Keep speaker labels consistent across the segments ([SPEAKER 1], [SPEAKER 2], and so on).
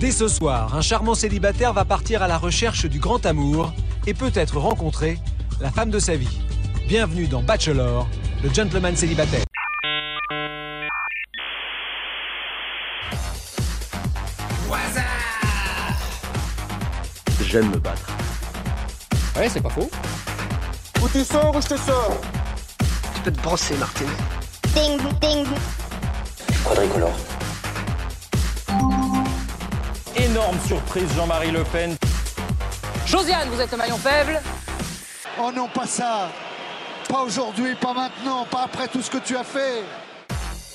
[SPEAKER 1] Dès ce soir, un charmant célibataire va partir à la recherche du grand amour et peut-être rencontrer la femme de sa vie. Bienvenue dans Bachelor, le gentleman célibataire.
[SPEAKER 2] J'aime me battre.
[SPEAKER 3] Ouais, c'est pas faux.
[SPEAKER 4] Ou tu sors ou je te sors
[SPEAKER 5] Tu peux te brosser, Martin.
[SPEAKER 6] Ding, ding.
[SPEAKER 2] Quadricolore.
[SPEAKER 7] Énorme surprise, Jean-Marie Le Pen.
[SPEAKER 8] Josiane, vous êtes le maillon faible.
[SPEAKER 9] Oh non, pas ça. Pas aujourd'hui, pas maintenant, pas après tout ce que tu as fait.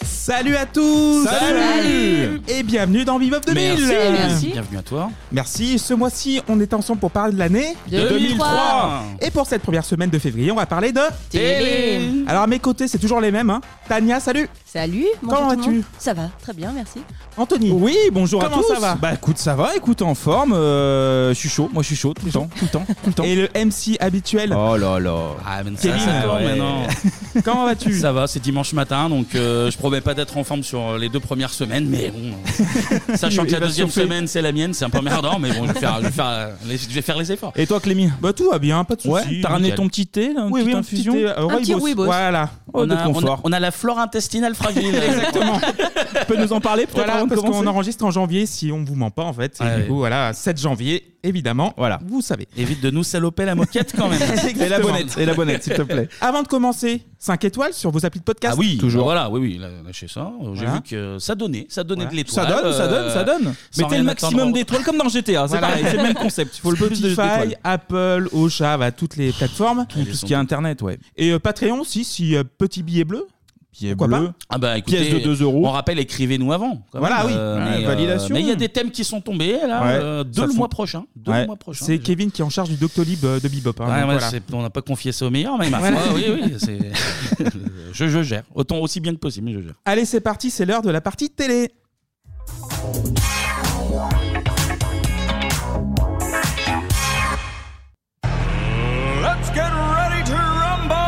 [SPEAKER 10] Salut à tous
[SPEAKER 11] Salut, Salut
[SPEAKER 10] Et bienvenue dans Vive Up 2000
[SPEAKER 11] Merci, merci.
[SPEAKER 3] Bienvenue à toi.
[SPEAKER 10] Merci, ce mois-ci on est ensemble pour parler de l'année
[SPEAKER 11] 2003.
[SPEAKER 10] Et pour cette première semaine de février, on va parler de...
[SPEAKER 11] Télé.
[SPEAKER 10] Alors à mes côtés, c'est toujours les mêmes. Hein. Tania, salut
[SPEAKER 12] Salut, bonjour
[SPEAKER 10] Comment
[SPEAKER 12] tout le
[SPEAKER 10] vas-tu
[SPEAKER 12] monde. Ça va, très bien, merci.
[SPEAKER 10] Anthony Oui, bonjour
[SPEAKER 11] Comment
[SPEAKER 10] à tous
[SPEAKER 11] ça va
[SPEAKER 10] Bah écoute, ça va, écoute, en forme, euh, je suis chaud, moi je suis chaud tout le temps, tout le temps, tout le temps. Et le MC habituel,
[SPEAKER 11] Oh là là.
[SPEAKER 3] Ah, mais
[SPEAKER 10] Kevin,
[SPEAKER 3] ça, ça
[SPEAKER 10] ouais.
[SPEAKER 3] tourne maintenant.
[SPEAKER 10] comment vas-tu
[SPEAKER 3] Ça va, c'est dimanche matin, donc euh, je promets pas d'être en forme sur les deux premières semaines, mais bon. euh, Sachant
[SPEAKER 10] Il
[SPEAKER 3] que la
[SPEAKER 10] va
[SPEAKER 3] deuxième
[SPEAKER 10] surfer.
[SPEAKER 3] semaine, c'est la mienne, c'est un peu merdant, mais bon, je vais faire, je vais faire, euh, les, je vais faire les efforts.
[SPEAKER 10] Et toi Clémy Bah tout va bien, pas de soucis.
[SPEAKER 3] Ouais, t'as ramené
[SPEAKER 10] nickel.
[SPEAKER 3] ton petit thé, là, une
[SPEAKER 10] Oui,
[SPEAKER 3] petite
[SPEAKER 10] oui, un petit
[SPEAKER 3] infusion.
[SPEAKER 10] thé, euh,
[SPEAKER 12] petit
[SPEAKER 10] rooibos.
[SPEAKER 12] rooibos.
[SPEAKER 10] Voilà, oh,
[SPEAKER 3] on,
[SPEAKER 10] de
[SPEAKER 3] a, on,
[SPEAKER 10] confort.
[SPEAKER 3] a, on a la flore intestinale fragile.
[SPEAKER 10] Exactement.
[SPEAKER 3] tu peux nous en parler
[SPEAKER 10] Voilà, parce qu'on enregistre en janvier, si on vous ment pas en fait. Et
[SPEAKER 3] Ah
[SPEAKER 10] du
[SPEAKER 3] oui.
[SPEAKER 10] coup, voilà, 7 janvier, évidemment. Voilà, vous savez.
[SPEAKER 3] Évite de nous saloper la moquette quand même.
[SPEAKER 10] Et la bonnette,
[SPEAKER 3] et la bonnette, s'il te plaît.
[SPEAKER 10] Avant de commencer, 5 étoiles sur vos applis de podcast.
[SPEAKER 3] Ah oui,
[SPEAKER 10] toujours.
[SPEAKER 3] toujours. Voilà, oui, oui, là, lâchez ça. Euh, J'ai
[SPEAKER 10] Voilà.
[SPEAKER 3] vu que ça donnait, ça donnait
[SPEAKER 10] Voilà.
[SPEAKER 3] de l'étoile.
[SPEAKER 11] Ça donne, ça donne,
[SPEAKER 3] euh,
[SPEAKER 11] ça donne.
[SPEAKER 3] sans
[SPEAKER 11] Mettez
[SPEAKER 3] rien
[SPEAKER 11] le
[SPEAKER 3] attendre.
[SPEAKER 11] maximum d'étoiles comme dans GTA, c'est
[SPEAKER 10] Voilà.
[SPEAKER 11] pareil, c'est le même concept. Il faut le plus de-
[SPEAKER 10] Spotify,
[SPEAKER 11] d'étoiles.
[SPEAKER 10] Apple, Ocha, voilà, toutes les plateformes.
[SPEAKER 11] Tout ce qui est internet, ouais.
[SPEAKER 10] Et euh, Patreon, si, si, euh, petit billet bleu.
[SPEAKER 11] Pied
[SPEAKER 10] Pourquoi
[SPEAKER 11] bleu.
[SPEAKER 3] Ah bah écoutez,
[SPEAKER 11] Pièce de 2 euros.
[SPEAKER 3] On rappelle, écrivez-nous avant. quand Euh,
[SPEAKER 10] Voilà, oui.
[SPEAKER 3] mais,
[SPEAKER 11] Ouais, validation.
[SPEAKER 3] mais il y a des thèmes qui sont tombés là,
[SPEAKER 11] Ouais,
[SPEAKER 3] euh,
[SPEAKER 11] ça
[SPEAKER 3] deux le
[SPEAKER 11] fond.
[SPEAKER 3] mois prochain. Deux le
[SPEAKER 10] Ouais.
[SPEAKER 3] mois prochain.
[SPEAKER 10] C'est
[SPEAKER 3] déjà.
[SPEAKER 10] Kevin qui est en charge du Doctolib euh, de Bebop. hein,
[SPEAKER 3] Ouais,
[SPEAKER 10] donc
[SPEAKER 3] ouais,
[SPEAKER 10] voilà.
[SPEAKER 3] c'est- On n'a pas confié ça au meilleur, mais ma foi, oui, oui, c'est- je, je gère. Autant aussi bien que possible, mais je gère.
[SPEAKER 10] Allez, c'est parti, c'est l'heure de la partie télé.
[SPEAKER 7] Let's get ready to rumble!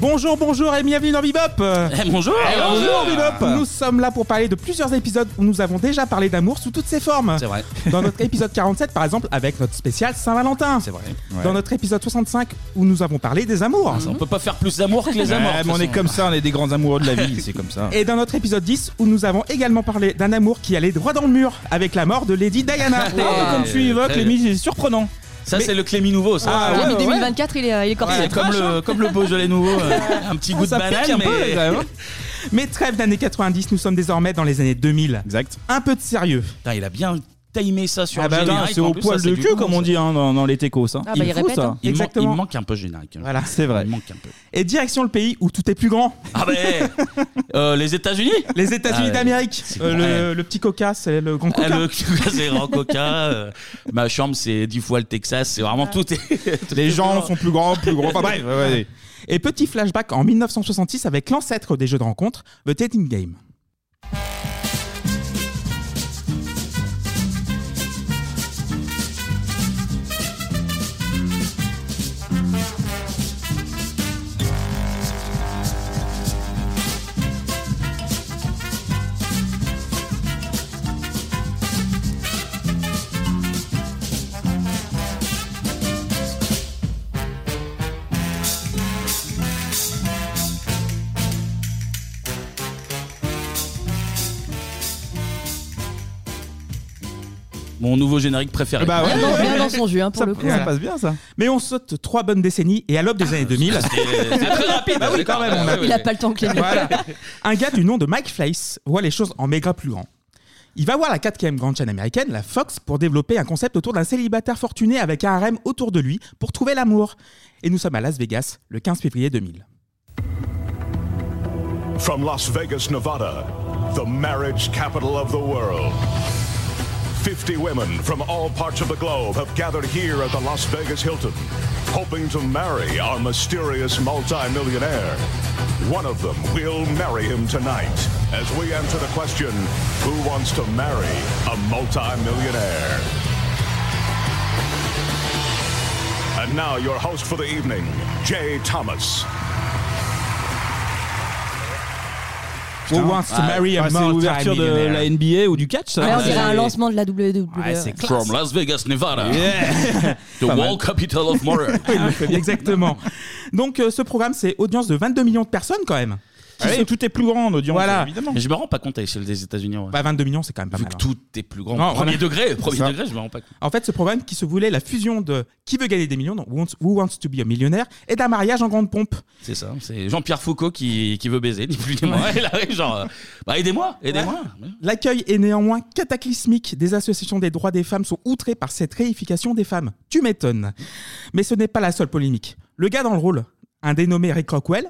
[SPEAKER 10] Bonjour, bonjour et bienvenue dans Bebop. Euh,
[SPEAKER 3] Eh, bonjour Ah.
[SPEAKER 10] Bonjour Bebop Nous sommes là pour parler de plusieurs épisodes où nous avons déjà parlé d'amour sous toutes ses formes.
[SPEAKER 3] C'est vrai,
[SPEAKER 10] Dans notre épisode 47 par exemple avec notre spécial Saint-Valentin.
[SPEAKER 3] c'est vrai. Ah,
[SPEAKER 10] Dans notre épisode 65 où nous avons parlé des amours.
[SPEAKER 3] On peut pas faire plus d'amour que les amours. de
[SPEAKER 11] Ouais,
[SPEAKER 3] toute
[SPEAKER 11] mais on est
[SPEAKER 3] façon.
[SPEAKER 11] comme ça, on est des grands amoureux de la vie, c'est comme ça.
[SPEAKER 10] Et dans notre épisode 10 où nous avons également parlé d'un amour qui allait droit dans le mur avec la mort de Lady Diana.
[SPEAKER 3] Ah,
[SPEAKER 11] Comme
[SPEAKER 3] euh,
[SPEAKER 11] tu évoques,
[SPEAKER 3] très
[SPEAKER 11] les
[SPEAKER 3] bien.
[SPEAKER 11] mises, c'est surprenant.
[SPEAKER 3] Ça, c'est le Clémy nouveau, ça.
[SPEAKER 10] Ah,
[SPEAKER 12] L'année
[SPEAKER 10] ouais, ouais.
[SPEAKER 12] 2024, il est, euh, il est corsé.
[SPEAKER 3] C'est comme, le, comme le Beaujolais nouveau, euh, un petit goût de
[SPEAKER 10] Ça pique
[SPEAKER 3] banane,
[SPEAKER 10] un peu,
[SPEAKER 3] mais
[SPEAKER 10] quand même.
[SPEAKER 3] hein.
[SPEAKER 10] Mais trêve d'années 90, nous sommes désormais dans les années 2000.
[SPEAKER 11] Exact.
[SPEAKER 10] Un peu de sérieux.
[SPEAKER 3] Putain, il a bien timé ça sur
[SPEAKER 11] Ah
[SPEAKER 3] le
[SPEAKER 11] bah
[SPEAKER 3] générique,
[SPEAKER 11] putain, c'est
[SPEAKER 3] en
[SPEAKER 11] au
[SPEAKER 3] plus,
[SPEAKER 11] poil
[SPEAKER 3] ça,
[SPEAKER 11] de
[SPEAKER 3] c'est
[SPEAKER 11] queue,
[SPEAKER 3] du bon,
[SPEAKER 11] comme on
[SPEAKER 3] ça.
[SPEAKER 11] dit hein, dans, dans les techos. hein.
[SPEAKER 12] Ah bah,
[SPEAKER 11] Il
[SPEAKER 12] il
[SPEAKER 11] me fout,
[SPEAKER 12] répète,
[SPEAKER 11] ça.
[SPEAKER 12] hein.
[SPEAKER 3] Il, man-
[SPEAKER 10] Exactement.
[SPEAKER 3] il manque un peu générique. hein.
[SPEAKER 10] Voilà.
[SPEAKER 11] C'est vrai.
[SPEAKER 3] Il manque un peu.
[SPEAKER 10] Et direction le pays où tout est plus grand.
[SPEAKER 3] Ah ben euh, les États-Unis
[SPEAKER 10] Les États-Unis
[SPEAKER 3] Ah ouais.
[SPEAKER 10] d'Amérique.
[SPEAKER 3] C'est
[SPEAKER 10] Euh,
[SPEAKER 3] vrai.
[SPEAKER 10] le, le petit coca, c'est le grand
[SPEAKER 3] Ah,
[SPEAKER 10] coca.
[SPEAKER 3] le Coca, c'est grand Coca. euh, ma chambre, c'est dix fois le Texas. C'est vraiment tout. Est... tout est
[SPEAKER 11] Ah. Les gens
[SPEAKER 3] grand.
[SPEAKER 11] sont plus grands, plus grands. Enfin bref, ouais, ouais.
[SPEAKER 10] Et petit flashback en 1966 avec l'ancêtre des jeux de rencontre, The Dating Game.
[SPEAKER 3] Mon nouveau générique préféré.
[SPEAKER 11] Bah ouais.
[SPEAKER 12] Bien dans- bien dans son jus, hein, pour
[SPEAKER 11] Ça,
[SPEAKER 12] le coup.
[SPEAKER 11] ça
[SPEAKER 10] Voilà.
[SPEAKER 11] passe bien ça.
[SPEAKER 10] Mais on saute trois bonnes décennies et à l'aube des années 2000,
[SPEAKER 3] Ah, C'est c'est très rapide.
[SPEAKER 10] Bah oui,
[SPEAKER 3] d'accord.
[SPEAKER 10] quand même, on a-
[SPEAKER 3] Ah oui,
[SPEAKER 12] Il a
[SPEAKER 3] oui.
[SPEAKER 12] pas le temps que les
[SPEAKER 10] Voilà. Un gars du nom de Mike Fleiss voit les choses en méga plus grand. Il va voir la quatrième grande chaîne américaine, la Fox, pour développer un concept autour d'un célibataire fortuné avec un harem autour de lui pour trouver l'amour. Et nous sommes à Las Vegas le 15 février 2000.
[SPEAKER 13] From Las Vegas, Nevada, the marriage capital of the world.
[SPEAKER 6] 50 women from all parts of the globe have gathered here at the Las Vegas Hilton, hoping to marry our mysterious multimillionaire. One of them will marry him tonight as we answer the question who wants to marry a multimillionaire? And now, your host for the evening, Jay Thomas.
[SPEAKER 10] Who wants to marry a
[SPEAKER 11] Ah, c'est l'ouverture de
[SPEAKER 10] multimillionaire
[SPEAKER 11] la NBA ou du catch, ça
[SPEAKER 12] Ouais, on dirait Ah, un
[SPEAKER 11] Ouais.
[SPEAKER 12] lancement de la E. WWE.
[SPEAKER 11] Ouais, c'est classe.
[SPEAKER 3] From Las Vegas, Nevada.
[SPEAKER 10] Yeah.
[SPEAKER 3] The
[SPEAKER 10] Pas mal.
[SPEAKER 3] world capital of moral.
[SPEAKER 10] Exactement. Donc euh, ce programme, c'est audience de 22 millions de personnes quand même. Qui sont- tout est plus grand en audience, voilà.
[SPEAKER 3] Mais je me rends pas compte à l'échelle des États-Unis. ouais.
[SPEAKER 10] Bah, 22 millions, c'est quand même pas
[SPEAKER 3] Vu
[SPEAKER 10] mal.
[SPEAKER 3] que
[SPEAKER 10] hein.
[SPEAKER 3] tout est plus grand.
[SPEAKER 10] Non,
[SPEAKER 3] premier
[SPEAKER 10] voilà.
[SPEAKER 3] degré, premier
[SPEAKER 10] C'est ça.
[SPEAKER 3] degré, je me rends pas compte.
[SPEAKER 10] En fait, ce programme qui se voulait la fusion de Qui veut gagner des millions, donc Who Wants- Who Wants to be a Millionaire, et d'un mariage en grande pompe.
[SPEAKER 3] C'est ça. C'est Jean-Pierre Foucault qui, qui veut baiser, ni plus ni moins. Il arrive genre, euh, bah aidez-moi, aidez-moi.
[SPEAKER 10] L'accueil est néanmoins cataclysmique. Des associations des droits des femmes sont outrées par cette réification des femmes. Tu m'étonnes. Mais ce n'est pas la seule polémique. Le gars dans le rôle, un dénommé Rick Rockwell.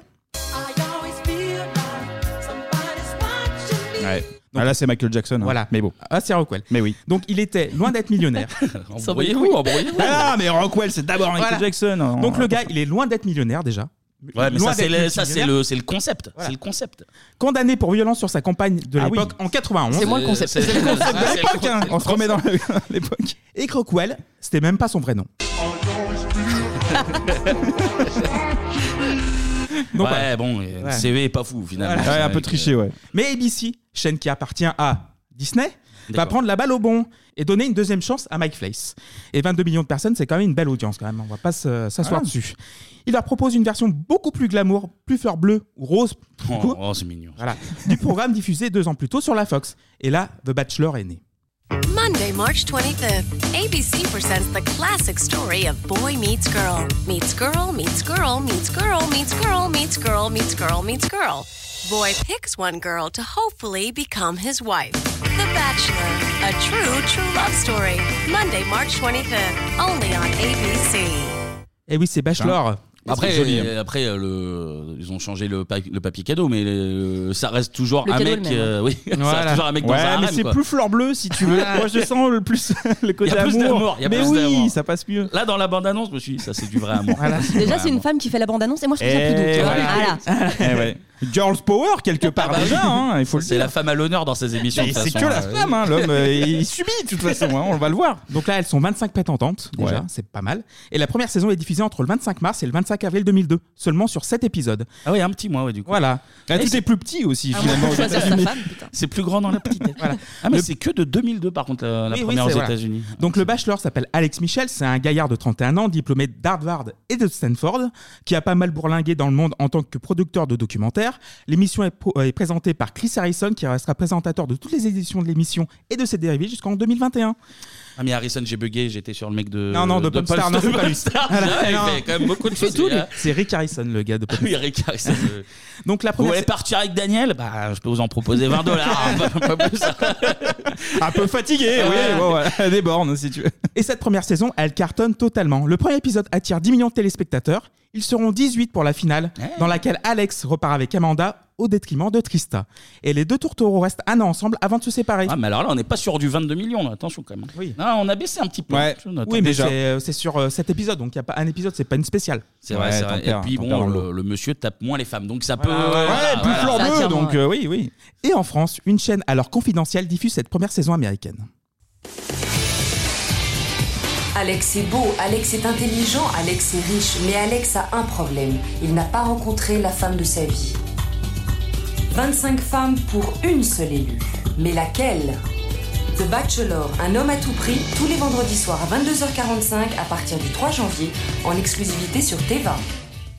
[SPEAKER 11] Ah, là, c'est Michael Jackson. hein.
[SPEAKER 10] Voilà.
[SPEAKER 11] Mais bon.
[SPEAKER 10] Ah, c'est Rockwell.
[SPEAKER 11] Mais oui.
[SPEAKER 10] Donc il était loin d'être millionnaire.
[SPEAKER 11] Embrouillez-vous, embrouillez-vous. Ah, mais Rockwell, c'est d'abord Michael Jackson. hein.
[SPEAKER 10] Donc le gars, il est loin d'être millionnaire déjà.
[SPEAKER 3] Ouais, mais
[SPEAKER 10] Loin
[SPEAKER 3] ça, c'est
[SPEAKER 10] d'être
[SPEAKER 3] le, ça, c'est
[SPEAKER 10] millionnaire.
[SPEAKER 3] le, c'est le concept. C'est le concept.
[SPEAKER 10] Condamné pour violence sur sa compagne de
[SPEAKER 3] Ah oui.
[SPEAKER 10] l'époque en 91.
[SPEAKER 3] C'est moi le concept. C'est- c'est-
[SPEAKER 10] C'est le concept
[SPEAKER 3] c'est-
[SPEAKER 10] de
[SPEAKER 3] c'est-
[SPEAKER 10] l'époque.
[SPEAKER 3] c'est-
[SPEAKER 10] hein. On se remet dans l'époque. Et Crockwell, c'était même pas son vrai nom. Donc,
[SPEAKER 3] ouais,
[SPEAKER 10] voilà.
[SPEAKER 3] bon, euh, le
[SPEAKER 10] Ouais.
[SPEAKER 3] CV est pas fou finalement.
[SPEAKER 10] Voilà.
[SPEAKER 3] C'est vrai que- euh,
[SPEAKER 10] Mais ABC, chaîne qui appartient à Disney, va
[SPEAKER 3] D'accord.
[SPEAKER 10] prendre la balle au bon et donner une deuxième chance à Mike Fleiss. Et 22 millions de personnes, c'est quand même une belle audience quand même. On va pas se- s'asseoir
[SPEAKER 3] Ah.
[SPEAKER 10] dessus. Il leur propose une version beaucoup plus glamour, plus fleur bleue ou rose. du
[SPEAKER 3] Oh,
[SPEAKER 10] coup,
[SPEAKER 3] oh, c'est mignon.
[SPEAKER 10] voilà, du programme diffusé deux ans plus tôt sur la Fox. Et là, The Bachelor est né.
[SPEAKER 13] Monday, March 25th, ABC presents the classic story of boy meets girl. Meets girl, meets girl, meets girl, meets girl, meets girl, meets girl, meets girl. Boy picks one girl to hopefully become his wife. The Bachelor, a true, true love story. Monday, March 25th, only on ABC.
[SPEAKER 10] Et Eh oui, c'est Bachelor.
[SPEAKER 3] Hein.
[SPEAKER 10] hein.
[SPEAKER 3] Après,
[SPEAKER 11] hein.
[SPEAKER 3] euh, après euh, le, ils ont changé le, pa- le papier cadeau, mais euh, ça reste toujours
[SPEAKER 10] Le
[SPEAKER 3] un
[SPEAKER 10] cadeau
[SPEAKER 3] mec.
[SPEAKER 10] le même.
[SPEAKER 3] euh, oui, ça reste
[SPEAKER 10] Voilà.
[SPEAKER 3] toujours un mec dans
[SPEAKER 11] ouais,
[SPEAKER 3] un harem,
[SPEAKER 11] mais c'est
[SPEAKER 3] quoi.
[SPEAKER 11] plus fleur bleue si tu veux.
[SPEAKER 3] Ah.
[SPEAKER 11] Moi, je sens le plus le
[SPEAKER 3] Il y
[SPEAKER 11] côté
[SPEAKER 3] a plus d'amour.
[SPEAKER 11] amour.
[SPEAKER 3] il y a
[SPEAKER 11] mais
[SPEAKER 3] plus
[SPEAKER 11] oui,
[SPEAKER 3] d'amour.
[SPEAKER 11] ça passe mieux.
[SPEAKER 3] Là, dans la bande-annonce, je me suis dit, ça, c'est du vrai amour.
[SPEAKER 12] Déjà, c'est une femme qui fait la bande-annonce et moi, je trouve ça plus doux. tu vois. Voilà.
[SPEAKER 11] Eh ouais. Girls Power quelque part déjà, hein, il faut le
[SPEAKER 3] Ah bah C'est la femme à l'honneur dans ces émissions. de
[SPEAKER 11] Et
[SPEAKER 3] toute
[SPEAKER 11] c'est
[SPEAKER 3] façon,
[SPEAKER 11] que la
[SPEAKER 3] euh,
[SPEAKER 11] femme, hein, l'homme, euh, il subit de toute façon, hein, on va le voir.
[SPEAKER 10] Donc là, elles sont 25 pétantantes, déjà,
[SPEAKER 11] Ouais.
[SPEAKER 10] c'est pas mal. Et la première saison est diffusée entre le 25 mars et le 25 avril 2002, seulement sur 7 épisodes.
[SPEAKER 3] Ah oui, un petit mois, ouais, du coup.
[SPEAKER 10] Voilà.
[SPEAKER 11] Ah, tout est plus petit aussi, finalement, aux États-Unis.
[SPEAKER 3] C'est plus grand dans la petite. Ah, mais c'est que de 2002, par contre, la, la
[SPEAKER 10] Oui, oui,
[SPEAKER 3] première
[SPEAKER 10] c'est-
[SPEAKER 3] aux
[SPEAKER 10] voilà.
[SPEAKER 3] États-Unis.
[SPEAKER 10] Donc le bachelor s'appelle Alex Michel, c'est un gaillard de 31 ans, diplômé d'Harvard et de Stanford, qui a pas mal bourlingué dans le monde en tant que producteur de documentaires. L'émission est, pro- euh, est présentée par Chris Harrison, qui restera présentateur de toutes les éditions de l'émission et de ses dérivés jusqu'en 2021.
[SPEAKER 3] Ah, mais Harrison, j'ai bugué, j'étais sur le mec de.
[SPEAKER 10] non, non, de,
[SPEAKER 3] Paul
[SPEAKER 10] Popstar, non, c'est pas lui.
[SPEAKER 3] Popstar,
[SPEAKER 10] Voilà,
[SPEAKER 3] Il
[SPEAKER 10] non.
[SPEAKER 3] fait quand même beaucoup de
[SPEAKER 10] Il fait
[SPEAKER 3] choses.
[SPEAKER 10] tout,
[SPEAKER 3] il est
[SPEAKER 10] lui.
[SPEAKER 3] là.
[SPEAKER 10] C'est Rick Harrison, le gars de Popstar.
[SPEAKER 3] Oui, Rick Harrison. euh,
[SPEAKER 10] Donc la
[SPEAKER 3] Vous
[SPEAKER 10] première.
[SPEAKER 3] voulez partir avec Daniel Bah, je peux vous en proposer 20 dollars. hein,
[SPEAKER 11] Un peu fatigué, oui, bon, voilà, des bornes si tu veux.
[SPEAKER 10] Et cette première saison, elle cartonne totalement. Le premier épisode attire 10 millions de téléspectateurs. Ils seront 18 pour la finale, dans laquelle Alex repart avec Amanda au détriment de Trista. Et les deux tourtereaux restent un an ensemble avant de se séparer.
[SPEAKER 3] Ah, mais alors là, on n'est pas sur du 22 millions, là. attention quand même. Oui. Non, on a baissé un petit peu. Je note.
[SPEAKER 10] oui, mais c'est euh, c'est sur euh, cet épisode, donc il n'y a pas un épisode, c'est pas une spéciale.
[SPEAKER 3] C'est vrai, c'est vrai. Et puis
[SPEAKER 11] hein,
[SPEAKER 10] hein,
[SPEAKER 3] bon, le, le monsieur tape moins les femmes, donc ça
[SPEAKER 10] Ah
[SPEAKER 3] peut. voilà, voilà.
[SPEAKER 10] euh, oui, oui. Et en France, une chaîne alors confidentielle diffuse cette première saison américaine.
[SPEAKER 14] Alex est beau, Alex est intelligent, Alex est riche, mais Alex a un problème. Il n'a pas rencontré la femme de sa vie. 25 femmes pour une seule élue. Mais laquelle The Bachelor, un homme à tout prix, tous les vendredis soirs à 22h45 à partir du 3 janvier, en exclusivité sur Teva.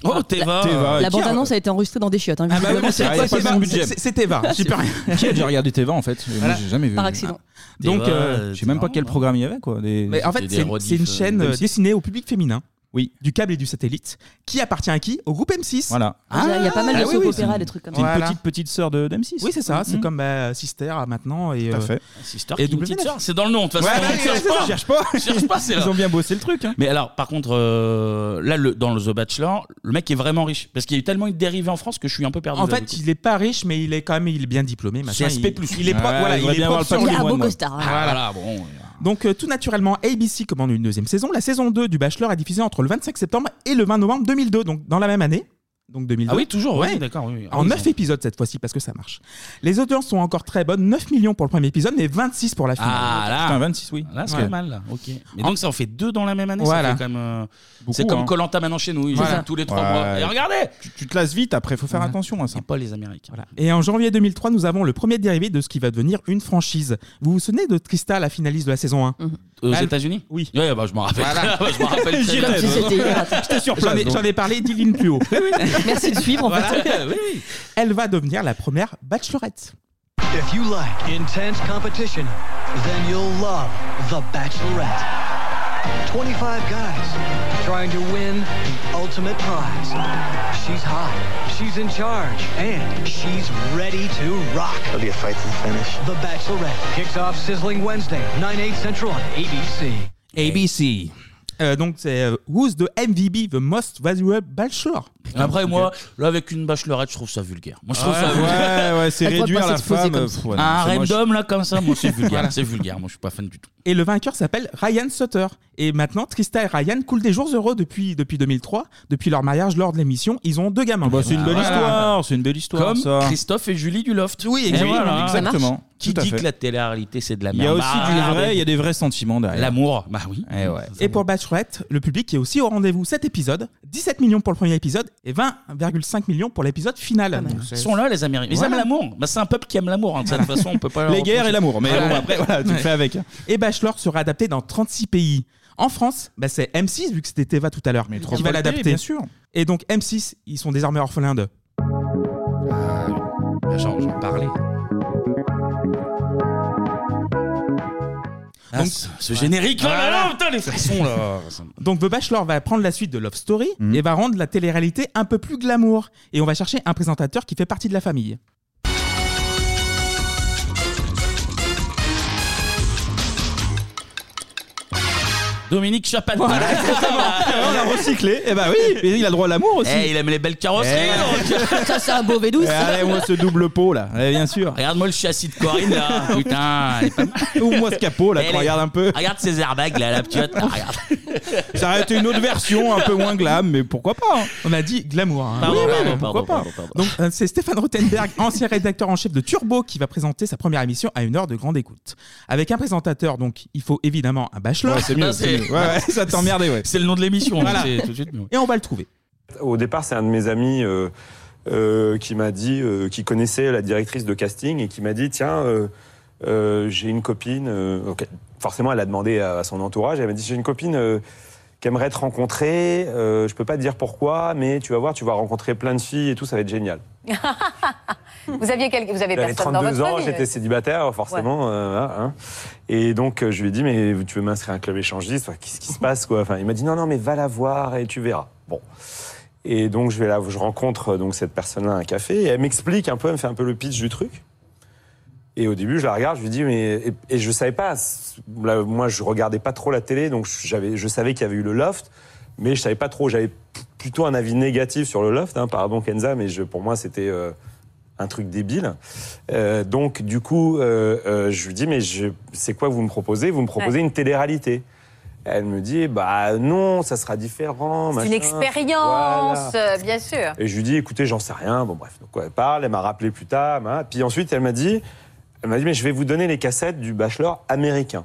[SPEAKER 3] Oh, Teva.
[SPEAKER 11] Teva,
[SPEAKER 12] La
[SPEAKER 11] qui a-
[SPEAKER 12] bande-annonce a été enregistrée dans des chiottes. hein, visiblement.
[SPEAKER 11] Ah, il y a pas de budget.
[SPEAKER 10] c'est- c'est Teva, j'ai pas rien.
[SPEAKER 11] Qui a déjà regardé Teva en fait Moi,
[SPEAKER 10] Voilà.
[SPEAKER 11] j'ai jamais vu.
[SPEAKER 12] Par accident.
[SPEAKER 11] Donc,
[SPEAKER 10] Teva,
[SPEAKER 11] euh, je sais même pas quel programme il y avait quoi. Des...
[SPEAKER 10] Mais en fait, c'est c'est une chaîne euh, destinée au public féminin. Oui. Du câble et du satellite. Qui appartient à qui Au groupe M6.
[SPEAKER 11] Voilà.
[SPEAKER 12] Il y a pas mal de
[SPEAKER 10] Ah oui,
[SPEAKER 12] soap
[SPEAKER 10] oui,
[SPEAKER 12] opéra,
[SPEAKER 10] c'est-
[SPEAKER 12] des trucs comme
[SPEAKER 10] c'est
[SPEAKER 12] ça.
[SPEAKER 10] une
[SPEAKER 12] Voilà.
[SPEAKER 10] petite
[SPEAKER 11] petite sœur de d'M6.
[SPEAKER 10] Oui, c'est ça. C'est
[SPEAKER 11] Mhm.
[SPEAKER 10] comme bah, Sister à maintenant. Et,
[SPEAKER 11] Tout à
[SPEAKER 10] euh,
[SPEAKER 11] fait.
[SPEAKER 3] Sister
[SPEAKER 10] et
[SPEAKER 3] qui est une petite
[SPEAKER 10] W9.
[SPEAKER 3] sœur, c'est dans le nom de toute façon.
[SPEAKER 10] Ouais,
[SPEAKER 3] on
[SPEAKER 10] ouais,
[SPEAKER 3] cherche
[SPEAKER 10] c'est ça.
[SPEAKER 3] pas.
[SPEAKER 10] Cherche pas.
[SPEAKER 3] Cherche pas, c'est là.
[SPEAKER 11] Ils ont bien bossé le truc. hein.
[SPEAKER 3] Mais alors, par contre, euh, là, le, dans le The Bachelor, le mec est vraiment riche. Parce qu'il y a eu tellement de dérivés en France que je suis un peu perdu.
[SPEAKER 10] En
[SPEAKER 3] là,
[SPEAKER 10] fait,
[SPEAKER 3] du coup.
[SPEAKER 10] il est pas riche, mais il est quand même il est bien diplômé. machin.
[SPEAKER 3] C'est SP+.
[SPEAKER 10] Il, il est propre.
[SPEAKER 3] Ouais,
[SPEAKER 10] voilà,
[SPEAKER 3] il
[SPEAKER 10] il
[SPEAKER 3] devrait
[SPEAKER 10] est
[SPEAKER 3] bien
[SPEAKER 10] propre
[SPEAKER 3] avoir le
[SPEAKER 10] sur
[SPEAKER 3] patrimoine,
[SPEAKER 10] lui.
[SPEAKER 3] moi.
[SPEAKER 10] Ah, Voilà.
[SPEAKER 3] Ah, Voilà, bon.
[SPEAKER 10] Donc, euh, tout naturellement, ABC commande une deuxième saison. La saison 2 du Bachelor est diffusée entre le 25 septembre et le 20 novembre 2002, donc dans la même année. Donc 2002.
[SPEAKER 3] Ah oui, toujours, oui,
[SPEAKER 10] Ouais.
[SPEAKER 3] d'accord, oui, oui. Ah
[SPEAKER 10] En
[SPEAKER 3] oui,
[SPEAKER 10] 9
[SPEAKER 3] ils ont-
[SPEAKER 10] épisodes cette fois-ci, parce que ça marche. Les audiences sont encore très bonnes 9 millions pour le premier épisode, mais 26 pour la finale.
[SPEAKER 3] Ah là
[SPEAKER 10] Putain, 26, oui.
[SPEAKER 3] Là, c'est
[SPEAKER 10] Ouais.
[SPEAKER 3] pas mal, là. Ok. Mais donc, ça en fait deux dans la même année.
[SPEAKER 10] Voilà.
[SPEAKER 3] Ça fait quand même, euh,
[SPEAKER 10] Beaucoup,
[SPEAKER 3] c'est
[SPEAKER 10] hein.
[SPEAKER 3] comme Colanta maintenant chez nous. Ils
[SPEAKER 10] Voilà.
[SPEAKER 3] font tous les trois
[SPEAKER 10] Ouais.
[SPEAKER 3] mois. Et regardez
[SPEAKER 10] Tu, te lasses vite après, faut faire attention à ça.
[SPEAKER 3] Pas les Américains.
[SPEAKER 10] Et en janvier 2003, nous avons le premier dérivé de ce qui va devenir une franchise. Vous vous souvenez de Trista, la finaliste de la saison 1
[SPEAKER 3] Aux
[SPEAKER 10] Elle-
[SPEAKER 3] États-Unis
[SPEAKER 10] Oui.
[SPEAKER 3] Ouais, bah, je m'en rappelle.
[SPEAKER 10] Voilà.
[SPEAKER 3] je m'en rappelle très
[SPEAKER 10] J'y
[SPEAKER 3] bien.
[SPEAKER 10] étais, Si c'était hier. J'étais sur place,
[SPEAKER 3] J'en ai-
[SPEAKER 10] donc.
[SPEAKER 3] j'en ai
[SPEAKER 10] parlé dix lignes plus haut.
[SPEAKER 12] Merci de suivre, en fait.
[SPEAKER 3] Voilà, oui, oui.
[SPEAKER 10] Elle va devenir la première bachelorette.
[SPEAKER 15] If you like intense competition, then you'll love The Bachelorette. 25 guys trying to win the ultimate prize. She's hot, she's in charge, and she's ready to rock.
[SPEAKER 2] There'll be a fight to the finish.
[SPEAKER 15] The Bachelorette kicks off sizzling Wednesday, 9 8 Central on ABC.
[SPEAKER 10] ABC. Euh, donc c'est euh, Who's the MVB, the most valuable bachelor euh,
[SPEAKER 3] Après, moi, là, avec une bachelorette, je trouve ça vulgaire. Moi, je trouve
[SPEAKER 10] Ouais,
[SPEAKER 3] ça vulgaire.
[SPEAKER 10] ouais, ouais, c'est Elle pourrait réduire pas la s'exposer femme, comme ça. pff, ouais, non,
[SPEAKER 3] un
[SPEAKER 10] c'est moche.
[SPEAKER 3] random, là, comme ça, moi, c'est vulgaire.
[SPEAKER 10] Voilà.
[SPEAKER 3] c'est vulgaire. Moi, je suis pas fan du tout.
[SPEAKER 10] Et le vainqueur s'appelle Ryan Sutter. Et maintenant, Trista et Ryan coulent des jours heureux depuis, depuis 2003, depuis leur mariage lors de l'émission. Ils ont deux gamins.
[SPEAKER 11] Bah, c'est une belle
[SPEAKER 3] Ah,
[SPEAKER 11] histoire, c'est une belle histoire.
[SPEAKER 3] Comme
[SPEAKER 11] ça.
[SPEAKER 3] Christophe et Julie du Loft.
[SPEAKER 10] Oui,
[SPEAKER 11] exactement. Exactement.
[SPEAKER 3] Qui
[SPEAKER 11] Tout à
[SPEAKER 3] dit
[SPEAKER 11] fait.
[SPEAKER 3] que la télé-réalité, c'est de la
[SPEAKER 11] Il y a
[SPEAKER 3] merde
[SPEAKER 11] aussi
[SPEAKER 3] Bah,
[SPEAKER 11] du vrai,
[SPEAKER 3] regardez.
[SPEAKER 11] il y a des vrais sentiments derrière.
[SPEAKER 3] L'amour, bah oui.
[SPEAKER 11] Eh ouais.
[SPEAKER 10] Et pour Bachelorette, le public est aussi au rendez-vous. Cet épisode, 17 millions pour le premier épisode et 20,5 millions pour l'épisode final.
[SPEAKER 3] Ils sont là, les Américains. Ah, Ils
[SPEAKER 10] Voilà.
[SPEAKER 3] aiment l'amour. Bah, c'est un peuple qui aime l'amour. hein. De cette façon, on peut pas. leur
[SPEAKER 10] Les guerres
[SPEAKER 3] reprocher.
[SPEAKER 10] et l'amour, mais
[SPEAKER 3] Voilà.
[SPEAKER 10] bon, après, voilà, tu le
[SPEAKER 3] Ouais.
[SPEAKER 10] fais avec. hein. Et Bachelor sera adapté dans 36 pays. En France, bah, c'est M6, vu que c'était Teva tout à l'heure, qui va
[SPEAKER 11] Métropole
[SPEAKER 10] l'adapter.
[SPEAKER 11] T, bien sûr.
[SPEAKER 10] Et donc, M6, ils sont désormais orphelins de.
[SPEAKER 3] Euh, J'en j'en parlais. Ah,
[SPEAKER 10] Donc-
[SPEAKER 3] ce- ce générique, oh là là, putain, les frissons, là.
[SPEAKER 10] Donc The Bachelor va prendre la suite de Love Story
[SPEAKER 11] Mm.
[SPEAKER 10] et va rendre la télé-réalité un peu plus glamour. Et on va chercher un présentateur qui fait partie de la famille.
[SPEAKER 3] Dominique Chapat.
[SPEAKER 11] on l'a recyclé. Eh bah oui, et il a le droit à l'amour aussi.
[SPEAKER 3] Eh, il aime les belles carrosseries. donc.
[SPEAKER 12] Ça, c'est un beau
[SPEAKER 11] Eh,
[SPEAKER 12] V12.
[SPEAKER 11] allez, moi, ce double pot, là. Eh, bien sûr.
[SPEAKER 3] Regarde-moi le châssis de Corinne, là. Putain, elle est pas mal.
[SPEAKER 11] Ou moi, ce capot, là,
[SPEAKER 3] Elle
[SPEAKER 11] qu'on
[SPEAKER 3] est-
[SPEAKER 11] regarde un peu.
[SPEAKER 3] Regarde ces airbags, là, la petite. Ah, regarde.
[SPEAKER 11] Ça aurait été une autre version, un peu moins glam, mais pourquoi pas hein.
[SPEAKER 10] On a dit glamour. hein.
[SPEAKER 11] Pardon,
[SPEAKER 10] Oui, oui,
[SPEAKER 11] pardon,
[SPEAKER 10] mais pourquoi
[SPEAKER 11] pardon,
[SPEAKER 10] pas.
[SPEAKER 11] pardon, pardon.
[SPEAKER 10] Donc euh, c'est Stéphane Rothenberg, ancien rédacteur en chef de Turbo, qui va présenter sa première émission à une heure de grande écoute. Avec un présentateur, donc il faut évidemment un bachelor. Ah,
[SPEAKER 11] Ouais, c'est mieux, c'est mieux. Ouais, ouais, ça t'emmerdait, ouais.
[SPEAKER 3] C'est le nom de l'émission, donc
[SPEAKER 10] Voilà.
[SPEAKER 3] c'est tout de suite mieux.
[SPEAKER 10] Et on va le trouver.
[SPEAKER 16] Au départ, c'est un de mes amis euh, euh, qui m'a dit, euh, qui connaissait la directrice de casting et qui m'a dit Tiens, euh, euh, j'ai une copine. euh, ok. Forcément, elle a demandé à, à son entourage. Elle m'a dit J'ai une copine euh, qui aimerait te rencontrer. euh, je peux pas te dire pourquoi, mais tu vas voir, tu vas rencontrer plein de filles et tout, ça va être génial.
[SPEAKER 17] vous aviez quel- vous avez
[SPEAKER 16] J'avais
[SPEAKER 17] personne dans
[SPEAKER 16] 32
[SPEAKER 17] votre
[SPEAKER 16] ans,
[SPEAKER 17] famille. euh.
[SPEAKER 16] j'étais célibataire, forcément. euh, voilà, hein. Et donc, euh, je lui ai dit, mais tu veux m'inscrire à un club échangiste Enfin, Qu'est-ce qui se passe quoi enfin, Il m'a dit, non, non, mais va la voir et tu verras. Bon. Et donc, je, vais là, je rencontre euh, donc, cette personne-là à un café et elle m'explique un peu, elle me fait un peu le pitch du truc. Et au début, je la regarde, je lui dis, mais. Et, et je savais pas. c- là, moi, je regardais pas trop la télé, donc j'avais, je savais qu'il y avait eu le loft, mais je savais pas trop. J'avais p- plutôt un avis négatif sur le loft, hein, pardon Kenza, mais je, pour moi, c'était. euh, un truc débile. Euh, donc, du coup, euh, euh, je lui dis, mais je- c'est quoi vous me proposez Vous me proposez une télé-réalité. Elle me dit, bah non, ça sera différent.
[SPEAKER 17] C'est une
[SPEAKER 16] machin.
[SPEAKER 17] expérience,
[SPEAKER 16] Voilà.
[SPEAKER 17] euh, bien sûr.
[SPEAKER 16] Et je lui dis, écoutez, j'en sais rien. Bon, bref, donc elle parle, elle m'a rappelé plus tard. hein. Puis ensuite, elle m'a dit, elle m'a dit, mais je vais vous donner les cassettes du bachelor américain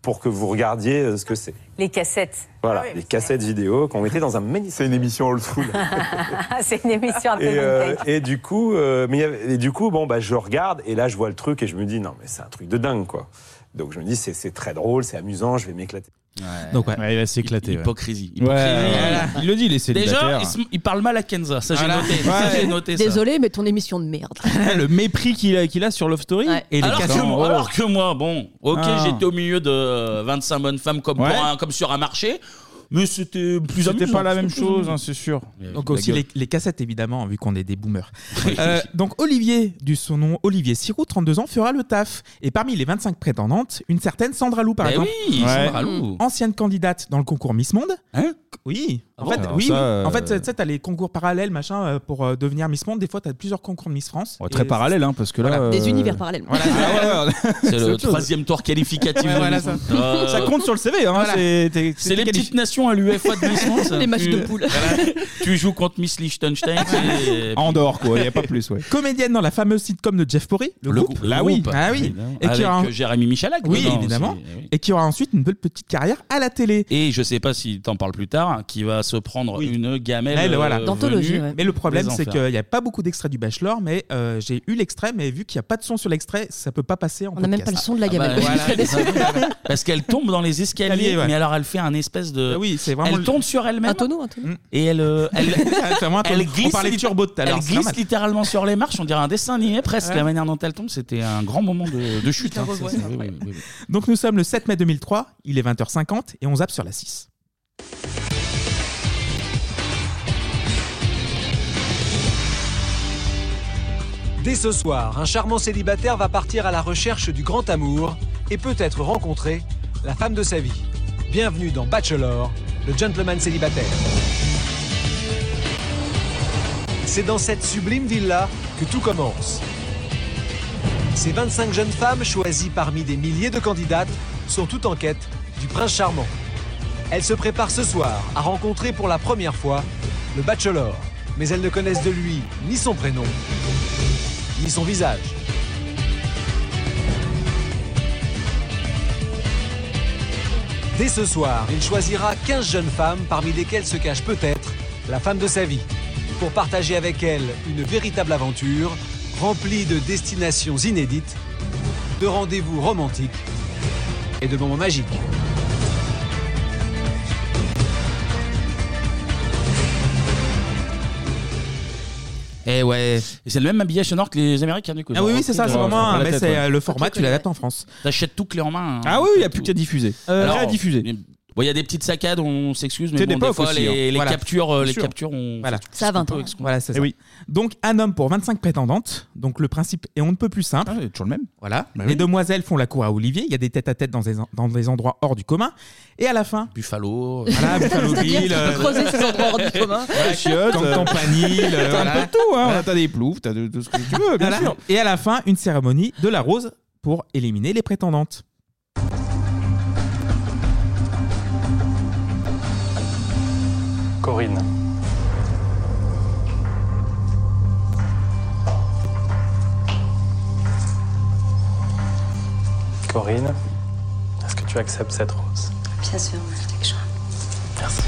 [SPEAKER 16] pour que vous regardiez euh, ce que c'est.
[SPEAKER 17] Les cassettes.
[SPEAKER 16] Voilà, les cassettes vidéo qu'on mettait dans un magnifique. C'est une émission old school.
[SPEAKER 17] c'est une émission un peu
[SPEAKER 16] Et, euh,
[SPEAKER 17] vintage.
[SPEAKER 16] et du coup, euh, mais il y avait- et du coup, bon, bah, je regarde et là, je vois le truc et je me dis non, mais c'est un truc de dingue, quoi. Donc je me dis c'est c'est très drôle, c'est amusant, je vais m'éclater.
[SPEAKER 10] Donc ouais.
[SPEAKER 11] il va s'éclater.
[SPEAKER 3] Hypocrisie.
[SPEAKER 11] Ouais, ouais,
[SPEAKER 3] Voilà.
[SPEAKER 11] Il le dit, il est
[SPEAKER 3] Déjà,
[SPEAKER 11] célibataire.
[SPEAKER 3] il, se- il parle mal à Kenza. Ça, j'ai
[SPEAKER 11] Voilà.
[SPEAKER 3] noté. Ça,
[SPEAKER 11] Ouais.
[SPEAKER 3] j'ai noté ça.
[SPEAKER 12] Désolé, mais ton émission de merde.
[SPEAKER 11] le mépris qu'il a, qu'il a sur Love Story.
[SPEAKER 12] Ouais.
[SPEAKER 11] Et les
[SPEAKER 3] alors, que
[SPEAKER 11] casseurs,
[SPEAKER 3] moi,
[SPEAKER 11] oh.
[SPEAKER 3] alors que moi, bon, ok,
[SPEAKER 11] Ah.
[SPEAKER 3] j'étais au milieu de 25 euh, bonnes femmes comme,
[SPEAKER 11] Ouais.
[SPEAKER 3] pour un- comme sur un marché.
[SPEAKER 10] Mais c'était plus
[SPEAKER 11] C'était
[SPEAKER 10] amusant.
[SPEAKER 11] pas la même chose, hein, c'est sûr.
[SPEAKER 10] Donc
[SPEAKER 11] La
[SPEAKER 10] aussi
[SPEAKER 11] gueule.
[SPEAKER 10] les, les cassettes évidemment, hein, vu qu'on est des boomers. Euh, donc Olivier, du son nom Olivier Sirou, 32 ans, fera le taf. Et parmi les 25 prétendantes, une certaine Sandra Lou par
[SPEAKER 3] Eh
[SPEAKER 10] exemple.
[SPEAKER 3] oui, Sandra
[SPEAKER 11] Mmh.
[SPEAKER 3] Lou.
[SPEAKER 10] Ancienne candidate dans le concours Miss Monde.
[SPEAKER 11] Hein
[SPEAKER 10] Oui.
[SPEAKER 3] Ah
[SPEAKER 10] En
[SPEAKER 3] bon
[SPEAKER 10] fait,
[SPEAKER 3] Alors
[SPEAKER 10] oui,
[SPEAKER 3] ça,
[SPEAKER 10] oui.
[SPEAKER 3] euh,
[SPEAKER 10] En fait, tu sais, t'as les concours parallèles, machin, euh, pour euh, devenir Miss Monde. Des fois, t'as plusieurs concours de Miss France.
[SPEAKER 11] Ouais, très parallèle, hein, parce que là.
[SPEAKER 10] Voilà.
[SPEAKER 12] Des univers parallèles.
[SPEAKER 3] C'est le
[SPEAKER 10] autre chose.
[SPEAKER 3] troisième tour qualificatif.
[SPEAKER 10] Ouais,
[SPEAKER 3] de
[SPEAKER 10] voilà,
[SPEAKER 3] Miss
[SPEAKER 10] ça.
[SPEAKER 3] Monde. Euh,
[SPEAKER 11] Ça compte sur le CV. Hein,
[SPEAKER 3] voilà.
[SPEAKER 11] c'est- t'es-
[SPEAKER 3] C'est
[SPEAKER 11] t'es
[SPEAKER 3] les
[SPEAKER 11] qualifié.
[SPEAKER 3] petites nations à l'UEFA de Miss France.
[SPEAKER 12] Hein, Les matchs
[SPEAKER 3] Tu-
[SPEAKER 12] de poule.
[SPEAKER 3] Voilà. Tu joues contre Miss Liechtenstein. c'est-
[SPEAKER 11] Andorre, quoi. Il n'y a pas plus, ouais.
[SPEAKER 10] Comédienne dans la fameuse sitcom de Jeff Poré, le,
[SPEAKER 3] Le
[SPEAKER 10] groupe.
[SPEAKER 3] groupe, le
[SPEAKER 10] Là, oui.
[SPEAKER 3] groupe.
[SPEAKER 10] Ah oui.
[SPEAKER 3] Évidemment.
[SPEAKER 10] Et qui
[SPEAKER 3] Avec
[SPEAKER 10] aura un-
[SPEAKER 3] euh, Jérémy Michalak.
[SPEAKER 10] Oui,
[SPEAKER 3] dedans,
[SPEAKER 10] évidemment.
[SPEAKER 3] c'est-
[SPEAKER 10] Et qui aura ensuite une belle petite carrière à la télé.
[SPEAKER 3] Et je sais pas si t'en parles plus tard, qui va se prendre une gamelle
[SPEAKER 10] Elle,
[SPEAKER 3] euh,
[SPEAKER 10] voilà.
[SPEAKER 3] venue
[SPEAKER 10] Mais le problème,
[SPEAKER 3] des
[SPEAKER 10] c'est
[SPEAKER 3] enfers.
[SPEAKER 10] qu'il n'y a pas beaucoup d'extraits du Bachelor, mais euh, j'ai eu l'extrait, mais vu qu'il n'y a pas de son sur l'extrait, ça peut pas passer en
[SPEAKER 12] On n'a même pas le son de la
[SPEAKER 3] Ah bah,
[SPEAKER 12] gamelle.
[SPEAKER 3] voilà, Parce qu'elle tombe dans les escaliers,
[SPEAKER 10] Escalier, Ah ouais. Ah
[SPEAKER 3] mais alors elle fait un espèce de.
[SPEAKER 10] Oui, c'est vraiment.
[SPEAKER 3] Elle
[SPEAKER 10] le-
[SPEAKER 3] tombe sur elle-même.
[SPEAKER 12] Un tonneau, un tonneau.
[SPEAKER 3] Et elle, euh, elle,
[SPEAKER 10] C'est vraiment un tonneau.
[SPEAKER 3] elle
[SPEAKER 10] On
[SPEAKER 3] glisse.
[SPEAKER 10] parlait de
[SPEAKER 3] lit-
[SPEAKER 10] turbo tout à l'heure,
[SPEAKER 3] Elle
[SPEAKER 10] c'est
[SPEAKER 3] glisse
[SPEAKER 10] normal.
[SPEAKER 3] littéralement sur les marches. On dirait un dessin animé presque.
[SPEAKER 10] Ouais.
[SPEAKER 3] La manière dont elle tombe, c'était un grand moment de, de chute. hein.
[SPEAKER 10] revois,
[SPEAKER 3] Ça,
[SPEAKER 10] ça.
[SPEAKER 3] oui, oui, oui, oui.
[SPEAKER 10] Donc nous sommes le 7 mai 2003, il est 20h50 et on zappe sur la 6.
[SPEAKER 1] Dès ce soir, un charmant célibataire va partir à la recherche du grand amour et peut-être rencontrer la femme de sa vie. Bienvenue dans Bachelor, le gentleman célibataire. C'est dans cette sublime villa que tout commence. Ces 25 jeunes femmes, choisies parmi des milliers de candidates, sont toutes en quête du prince charmant. Elles se préparent ce soir à rencontrer pour la première fois le Bachelor, mais elles ne connaissent de lui ni son prénom, ni son visage. Dès ce soir, il choisira 15 jeunes femmes parmi lesquelles se cache peut-être la femme de sa vie, pour partager avec elle une véritable aventure remplie de destinations inédites, de rendez-vous romantiques et de moments magiques.
[SPEAKER 3] Eh ouais. Et c'est le même habillage sonore que les Américains du coup.
[SPEAKER 10] Ah oui, oui, c'est ça, c'est vraiment un- mais c'est, euh, le
[SPEAKER 3] format, tu l'adaptes
[SPEAKER 10] en France.
[SPEAKER 3] T'achètes tout clé en main.
[SPEAKER 11] Ah oui, il n'y a plus qu'à diffuser.
[SPEAKER 3] Euh,
[SPEAKER 11] Alors, à diffuser.
[SPEAKER 3] Bon, il y a des petites saccades, on s'excuse, mais
[SPEAKER 11] C'est
[SPEAKER 3] bon, des
[SPEAKER 11] l'époque
[SPEAKER 3] fois,
[SPEAKER 11] aussi,
[SPEAKER 3] les,
[SPEAKER 11] hein.
[SPEAKER 3] les
[SPEAKER 11] Voilà.
[SPEAKER 3] captures, euh,
[SPEAKER 11] Bien
[SPEAKER 3] les
[SPEAKER 11] sûr.
[SPEAKER 3] captures, on.
[SPEAKER 10] Voilà.
[SPEAKER 12] Ça a 20 ans. hein.
[SPEAKER 10] Voilà, c'est
[SPEAKER 11] Eh
[SPEAKER 10] ça.
[SPEAKER 11] oui.
[SPEAKER 10] Donc un homme pour 25 prétendantes. Donc le principe est on ne peut plus simple.
[SPEAKER 11] Ah, toujours le même.
[SPEAKER 10] Voilà.
[SPEAKER 11] Bah
[SPEAKER 10] les
[SPEAKER 11] oui.
[SPEAKER 10] demoiselles font la cour à Olivier. Il y a des têtes à tête dans des, en- dans des endroits hors du commun. Et à la fin.
[SPEAKER 3] Buffalo.
[SPEAKER 10] Voilà, Buffalo
[SPEAKER 11] C'est-à-dire que tu
[SPEAKER 10] Bill.
[SPEAKER 11] peux
[SPEAKER 10] euh,
[SPEAKER 11] creuser ces endroits hors du commun. Voilà, chiottes,
[SPEAKER 10] Camp
[SPEAKER 11] euh,
[SPEAKER 10] Campanile,
[SPEAKER 11] t'as
[SPEAKER 10] euh,
[SPEAKER 11] un
[SPEAKER 10] voilà.
[SPEAKER 11] peu de tout, hein.
[SPEAKER 10] Voilà.
[SPEAKER 11] T'as des ploufs, t'as de, de ce que tu veux, bien
[SPEAKER 10] Voilà.
[SPEAKER 11] sûr.
[SPEAKER 10] Et à la fin, une cérémonie de la rose pour éliminer les prétendantes.
[SPEAKER 2] Corinne. Corinne, est-ce que tu acceptes cette rose
[SPEAKER 18] Bien sûr, quelque chose.
[SPEAKER 2] Merci.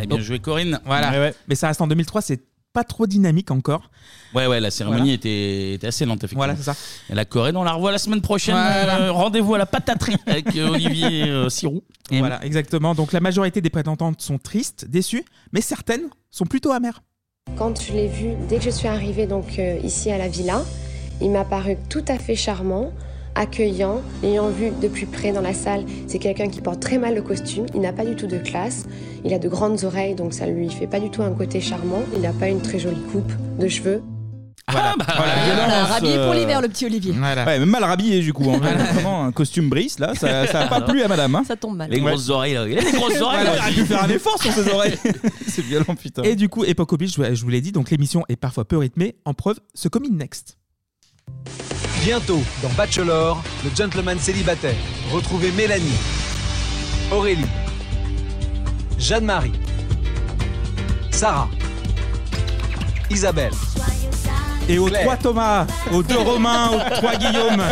[SPEAKER 3] Eh bien joué, Corinne.
[SPEAKER 10] Voilà.
[SPEAKER 3] Ouais, ouais.
[SPEAKER 10] Mais ça reste en 2003, c'est pas trop dynamique encore.
[SPEAKER 3] Ouais, ouais, la cérémonie
[SPEAKER 10] Voilà.
[SPEAKER 3] était, était assez lente, effectivement.
[SPEAKER 10] Voilà, c'est ça.
[SPEAKER 3] Et la Corée, on la revoit la semaine prochaine.
[SPEAKER 10] Voilà.
[SPEAKER 3] Euh, Rendez-vous à la pataterie avec euh, Olivier euh, Sirou. Et-
[SPEAKER 10] Voilà, exactement. Donc la majorité des prétendantes sont tristes, déçues, mais certaines sont plutôt amères.
[SPEAKER 18] Quand je l'ai vu, dès que je suis arrivée donc euh, ici à la villa, il m'a paru tout à fait charmant, accueillant, l'ayant vu de plus près dans la salle, c'est quelqu'un qui porte très mal le costume, il n'a pas du tout de classe, il a de grandes oreilles donc ça lui fait pas du tout un côté charmant, il n'a pas une très jolie coupe de cheveux.
[SPEAKER 3] Voilà,
[SPEAKER 12] Voilà,
[SPEAKER 11] violence,
[SPEAKER 12] rhabillé pour
[SPEAKER 11] euh,
[SPEAKER 12] l'hiver, le petit Olivier.
[SPEAKER 11] Ouais, mais mal rhabillé du coup. hein. Vraiment, un costume brise là, ça ça a pas
[SPEAKER 3] Alors.
[SPEAKER 11] plu à madame. hein.
[SPEAKER 12] Ça tombe mal.
[SPEAKER 3] Les grosses oreilles, là. Il a des grosses oreilles.
[SPEAKER 11] Voilà,
[SPEAKER 3] là.
[SPEAKER 11] il aurait dû faire un effort sur ses oreilles. C'est violent, putain.
[SPEAKER 10] Et du coup, époque oblige, je vous- je vous l'ai dit, donc l'émission est parfois peu rythmée. En preuve, ce commit next.
[SPEAKER 1] Bientôt dans Bachelor, le gentleman célibataire. Retrouvez Mélanie, Aurélie, Jeanne-Marie, Sarah, Isabelle,
[SPEAKER 10] Et aux trois Thomas, aux deux Romain, aux trois Guillaume,